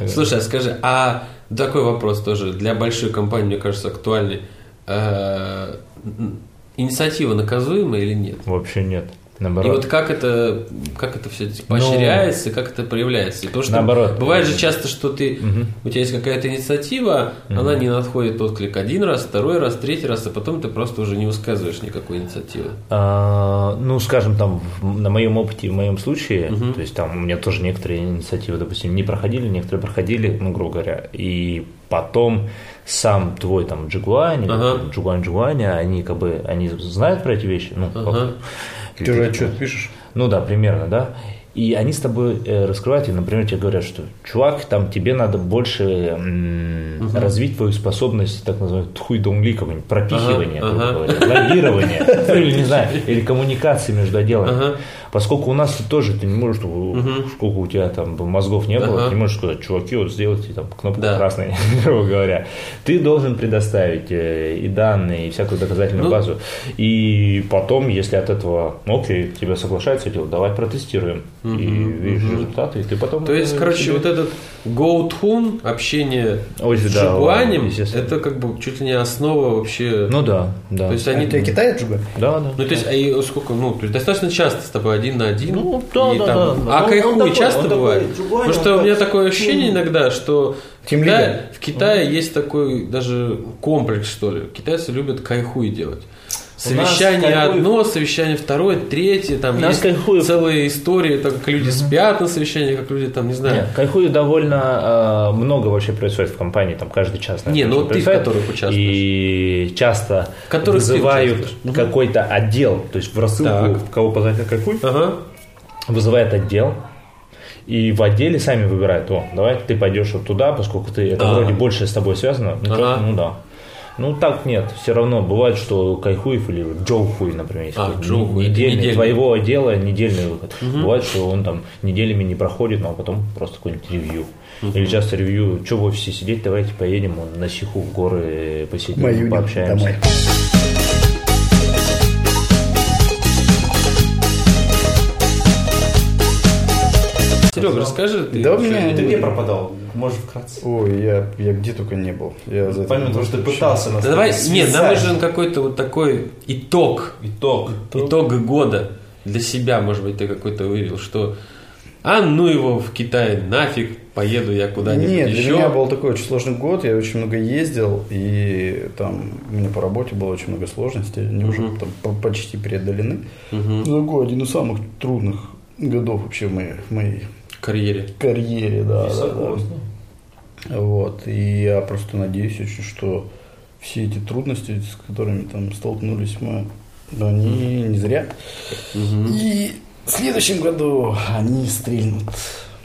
G: Слушай, а скажи, а такой вопрос тоже для большой компании, мне кажется, актуальный. Э, м, Инициатива наказуема или нет?
F: Вообще нет.
G: И
F: Наоборот. Ну,
G: вот как это, как это все поощряется, как это проявляется? Потому что
F: Наоборот.
G: бывает же часто, что ты, у тебя есть какая-то инициатива, она не находит отклик один раз, второй раз, третий раз, а потом ты просто уже не высказываешь никакой инициативы.
F: А, ну, скажем, там, в- на моем опыте, в моем случае, то есть там у меня тоже некоторые инициативы, допустим, не проходили, некоторые проходили, ну, грубо говоря, и потом сам твой там Джигуань,
G: Ага.
F: или Джигуань Джигуаня, они как бы, они знают про эти вещи, ну,
G: Ага.
F: как-
E: Ты же отчет пишешь?
F: ну да, примерно, да. И они с тобой э, раскрывают, и, например, тебе говорят, что чувак, там тебе надо больше м, развить твою способность, так называемую тхуй донли, какого-нибудь пропихивания,
G: Ага,
F: грубо
G: ага.
F: говоря, лоббирования, ну, или не знаю, или коммуникации между отделами.
G: Ага.
F: Поскольку у нас ты тоже ты не можешь, сколько у тебя там мозгов не было,
G: Ага.
F: ты не можешь сказать, чуваки, вот сделайте там кнопку
G: Да.
F: красной, грубо говоря. Ты должен предоставить э, и данные, и всякую доказательную
G: Ну,
F: базу сразу. И потом, если от этого, ну, окей, тебя соглашается дело, давай протестируем. И видишь результаты, и ты потом...
G: То есть,
F: э,
G: короче,
F: себе-
G: вот этот гоутхун, общение
F: Ой,
G: с
F: да,
G: Жигуанем,
F: естественно.
G: это как бы чуть ли не основа вообще.
F: Ну да, да.
G: то есть
E: Они
G: они...
E: для Китая джуга?
F: Да, да.
G: Ну, то есть, а и сколько, ну, то есть достаточно часто с тобой один на один.
F: Ну, да,
G: и
F: да,
G: там-
F: да.
G: А
F: Он-
G: кайхуй
F: он такой,
G: часто
F: он такой,
G: бывает?
F: Джигуань,
G: Потому что у меня такое ощущение
F: хм.
G: иногда, что в
E: Тем
G: Китае,
E: лидер.
G: в Китае есть такой даже комплекс, что ли. Китайцы любят кайхуй делать. Совещание
F: кайхуй-
G: одно, совещание второе, третье, там
F: У нас
G: есть
F: кайхуй-
G: целые истории, там, как люди спят на совещании, как люди там, не знаю,
F: Нет, кайфую довольно э, много вообще происходит в компании, там каждый час.
G: Не, ну вот ты, в
F: происходит.
G: которых участвуешь.
F: И часто
G: В которых ты
F: вызывают
G: участвуешь. Мгм.
F: какой-то отдел, то есть в рассылку,
G: Так.
F: кого позвать на кайфуй,
G: Ага.
F: вызывает отдел, и в отделе сами выбирают, о, давай ты пойдешь вот туда, поскольку ты это
G: А.
F: вроде больше с тобой связано, ну,
G: Ага.
F: чё, ну да. Ну так нет, все равно бывает, что Кайхуев или Джоухуй, например, есть
G: А,
F: какой-то
G: Джоухуй, это
F: недельный,
G: недельный.
F: твоего отдела недельный выход. Бывает, что он там неделями не проходит, но потом просто какое-нибудь ревью. Или часто ревью, что в офисе сидеть, давайте поедем вон на Сиху в горы посидим,
E: Мою
F: пообщаемся.
E: домой.
G: Серега, расскажи, ты,
E: Да у
G: что
E: меня-
H: Ты
G: делаешь?
H: где пропадал? Можешь вкратце.
E: Ой, я, я где только не был. Я за это
H: Помимо того, что ты
E: вообще-
H: пытался нас
G: Да давай,
H: связать.
G: нет, нам нужен какой-то вот такой итог,
H: Итог.
G: итог года для себя, может быть, ты какой-то вывел, что а ну его в Китае нафиг, поеду я куда-нибудь
E: Нет, для
G: еще.
E: меня был такой очень сложный год, я очень много ездил, и там у меня по работе было очень много сложностей, они уже там по- почти преодолены. Такой один из самых трудных годов вообще в моей, в моей
G: В карьере.
E: карьере, да. да, да.
H: Согласен.
E: Вот, и я просто надеюсь очень, что все эти трудности, с которыми там столкнулись мы, да, они не зря. И в следующем году они стрельнут.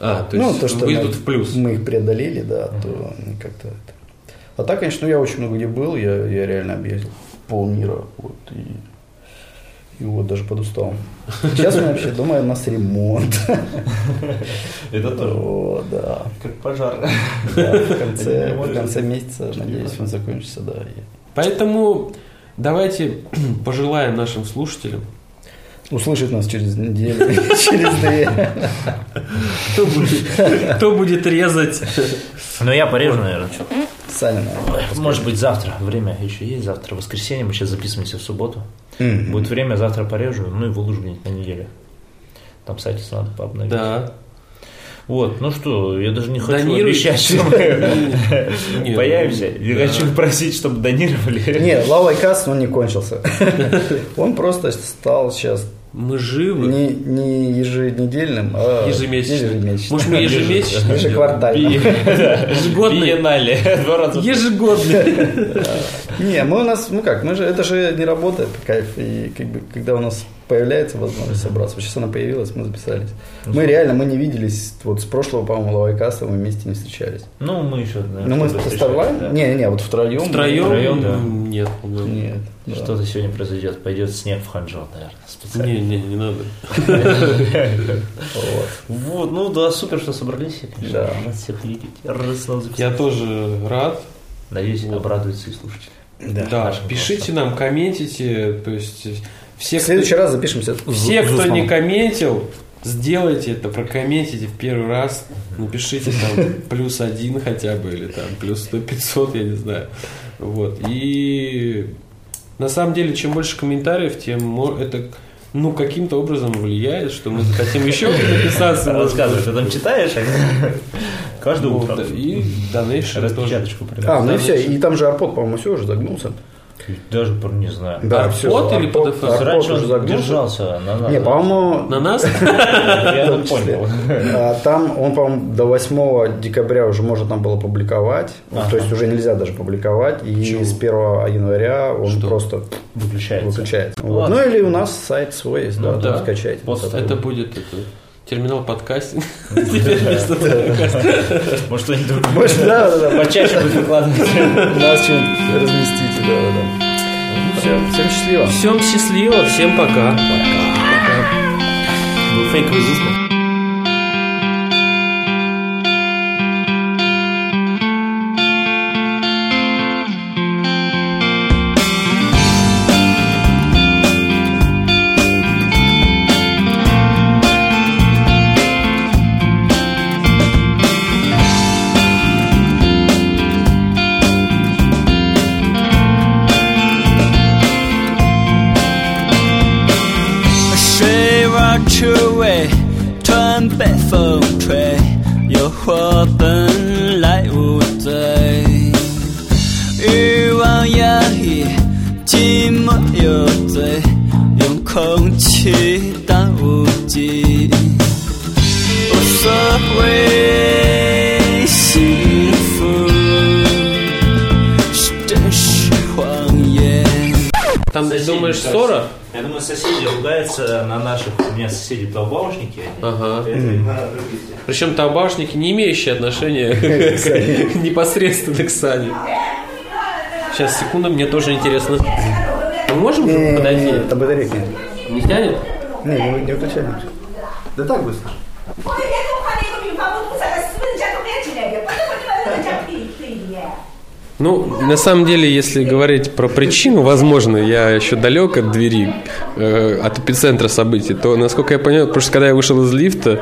G: А, то есть выйдут в плюс.
E: Ну, Мы их преодолели, да, то они как-то это. А так, конечно, я очень много где был, я, я реально объездил полмира, вот, и, и вот даже подустал. Сейчас мы вообще думаем, у нас ремонт.
H: Это тоже
E: О, да.
H: как пожар.
E: Да, в конце,
H: Ремонт.
E: в конце месяца, надеюсь, он закончится, да. и
G: Поэтому давайте пожелаем нашим слушателям,
E: Услышит нас через неделю, через две.
G: кто будет, кто будет резать.
F: Но Ну, я порежу, наверное, что
E: Саня, наверное.
F: Может быть, завтра. Время еще есть. Завтра воскресенье. Мы сейчас записываемся в субботу.
E: Мгм.
F: Будет время, завтра порежу, ну и выложу где-нибудь на неделю. Там сайте надо пообновить.
G: Да.
F: Вот, ну что, я даже не хочу
G: Донируй.
F: обещать, что мы
G: Нет,
F: появимся. Я
G: да.
F: хочу просить, чтобы донировали.
E: Не, Лавайкас, он не кончился. Он просто стал сейчас
G: Мы живы.
E: Не, не еженедельным, а
G: Ежемесячно.
E: ежемесячно.
G: Может, мы ежемесячно?
E: Ежеквартально.
G: Ежегодный.
F: Биеннале. Два раза.
G: Ежегодный.
E: Не, мы у нас, ну как, мы же, это же не работает, кайф. И как бы, когда у нас появляется возможность собраться, вот сейчас она появилась, мы записались.
G: Ну
E: Мы реально, мы не виделись, вот с прошлого, по-моему, лавайкаста мы вместе не встречались.
H: Ну, мы еще,
E: Ну мы
H: что-то
E: по
H: решили,
E: Starline?
H: да.
E: Не, не, вот втроем.
G: Втроем?
H: Втроем, да.
G: Нет. да.
E: Нет. да.
H: Что-то сегодня произойдет. Пойдет снег в Ханжал, наверное, специально.
G: Не, не, не надо.
H: Вот, ну да, супер, что собрались. Я, конечно,
E: Да.
H: рад всех видеть. Рад снова записаться.
G: Я тоже рад.
H: Надеюсь, обрадуются и слушатели.
G: Да, пишите нам, комментите. То есть э, все,
E: В
G: кто-
E: следующий раз запишемся.
G: все,
E: с- с
G: кто
E: Усманом.
G: не комментил, сделайте это, прокомментите в первый раз. Напишите там плюс один хотя бы, или там плюс сто, пятьсот, я не знаю. Вот. И на самом деле, чем больше комментариев, тем мо- это ну, каким-то образом влияет, что мы захотим еще записаться. может быть.
H: Рассказывай, ты там читаешь? Каждое
G: Вот,
H: утро.
G: И донейшн тоже.
H: Распечаточку
E: А,
H: прям.
E: ну и все, и там же арпод, по-моему, все уже загнулся.
H: Даже про- не знаю.
G: Арпод или
E: Арпод-
G: PDF?
E: Арпод
H: Раньше
E: уже
H: он
E: загнулся.
H: держался а на нас.
E: Не, по-моему,
G: На нас?
H: Я
E: в том
H: не
E: числе.
H: понял.
E: А, Там он, по-моему, до 8 декабря уже можно там было публиковать. Ну, То есть уже нельзя даже публиковать. И с 1 января он просто
H: Выключается.
E: выключается.
H: Ну,
E: Вот.
H: ладно.
E: Ну или у нас сайт свой есть, да, там
G: Ну да.
E: скачайте.
H: Пост-
G: Это будет это, терминал подкастинг. Теперь вместо подкаста.
H: Может, кто-нибудь
E: Может, да, да, да.
H: почаще будет выкладывать.
E: Нас что-нибудь разместите, да, да, да. Всем, всем счастливо.
G: Всем счастливо, всем пока. Ну,
H: Был фейковый зустріч.
I: 水往出位，川被风吹，诱惑本来无罪，欲望压抑，寂寞有罪，用空气当武器，无所谓幸福是真是谎言。
G: Там, ты
H: Соседи,
G: думаешь,
H: да,
G: ссора?
H: Я думаю, соседи ругаются на наших. У меня соседи толбаушники.
G: Ага.
H: Это им надо другие.
G: Причем табашники, не имеющие отношения к- непосредственно к Сане. Сейчас, секунду, мне тоже интересно. Мы можем подойти?
E: Э, Там батарейки. нет.
G: Не тянет?
E: Не, не, не выключай. ничего. Да так быстро.
J: 我每天都看那个女方，我不晓得是不是人家都练起来的，不是不是人家配配的。
G: Ну, на самом деле, если говорить про причину, возможно, я еще далек от двери, э, от эпицентра событий, то, насколько я понял, потому что когда я вышел из лифта,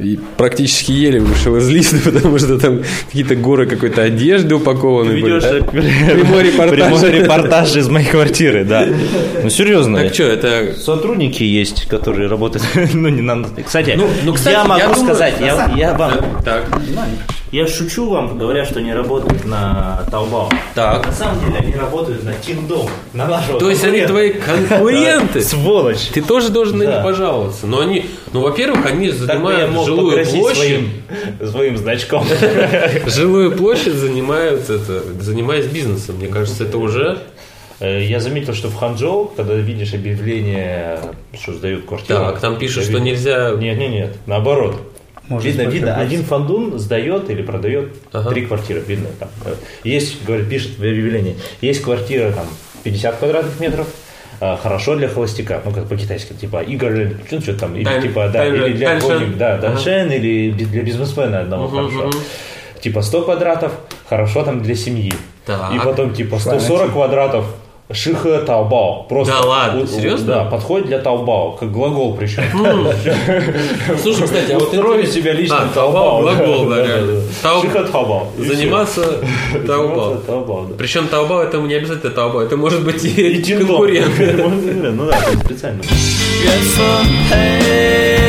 G: и практически еле вышел из лифта, потому что там какие-то горы какой-то одежды упакованы были.
F: Ведешь
G: да?
F: э,
G: Прямой репортаж.
F: прямой репортаж из моей квартиры, да. Ну, серьезно.
G: Так что, это...
F: Сотрудники есть, которые работают. Ну, не надо. Кстати,
G: Ну, ну, кстати,
F: я могу
G: я думаю,
F: сказать, я- я вам
G: Так,
H: Я шучу вам, говоря, что они работают на Таобао.
G: так.
H: На самом деле они работают на Тиндом. На
F: Ну,
H: нашего
G: То есть они
H: конкурента.
G: твои конкуренты?
H: Сволочь.
G: Ты тоже должен на них
H: Да.
G: пожаловаться. Но они, ну, во-первых, они
H: Так бы я
G: занимают
H: мог
G: жилую
H: погрозить
G: площадь.
H: своим, своим значком.
G: Жилую площадь занимают это, занимаясь бизнесом. Мне кажется, это уже...
F: Э, Я заметил, что в Ханчжоу, когда видишь объявление, что сдают квартиру...
G: Так, там
F: я
G: пишут, что
F: видел-
G: нельзя-
F: Нет, нет, нет, наоборот.
E: Можно
F: видно,
E: спать,
F: видно,
E: как
F: один фандун сдает или продает
G: Ага.
F: три квартиры, видно там. э, Есть, говорит, пишет в объявлении, есть квартира там 50 квадратных метров, э, хорошо для холостяка, ну как по-китайски, типа Игорь, ну что там, или
G: Тайм-
F: типа, да,
G: тайм-
F: или для
G: тайм-
F: охотника, да,
G: ага.
F: Даншен, или би- для бизнесмена одного хорошо. Типа 100 квадратов, хорошо там для семьи.
G: Так.
F: И потом типа 140 квадратов Шиха Таобао. Просто
G: Да ладно,
F: у- у-
G: серьезно? Хм.
F: Да, подходит для Таобао, как глагол причем.
G: Слушай, кстати, а вот
F: Устрою
G: интерес-
F: себя лично
G: А, Таобао, глагол, да, реально. Тао-
F: Шиха э, Таобао. И всё.
G: Заниматься Таобао.
F: Заниматься Таобао, да.
G: Причем Таобао это не обязательно Таобао, это может быть и
F: Тиндом.
G: конкурент.
F: Ну да, специально.
I: 缘分陪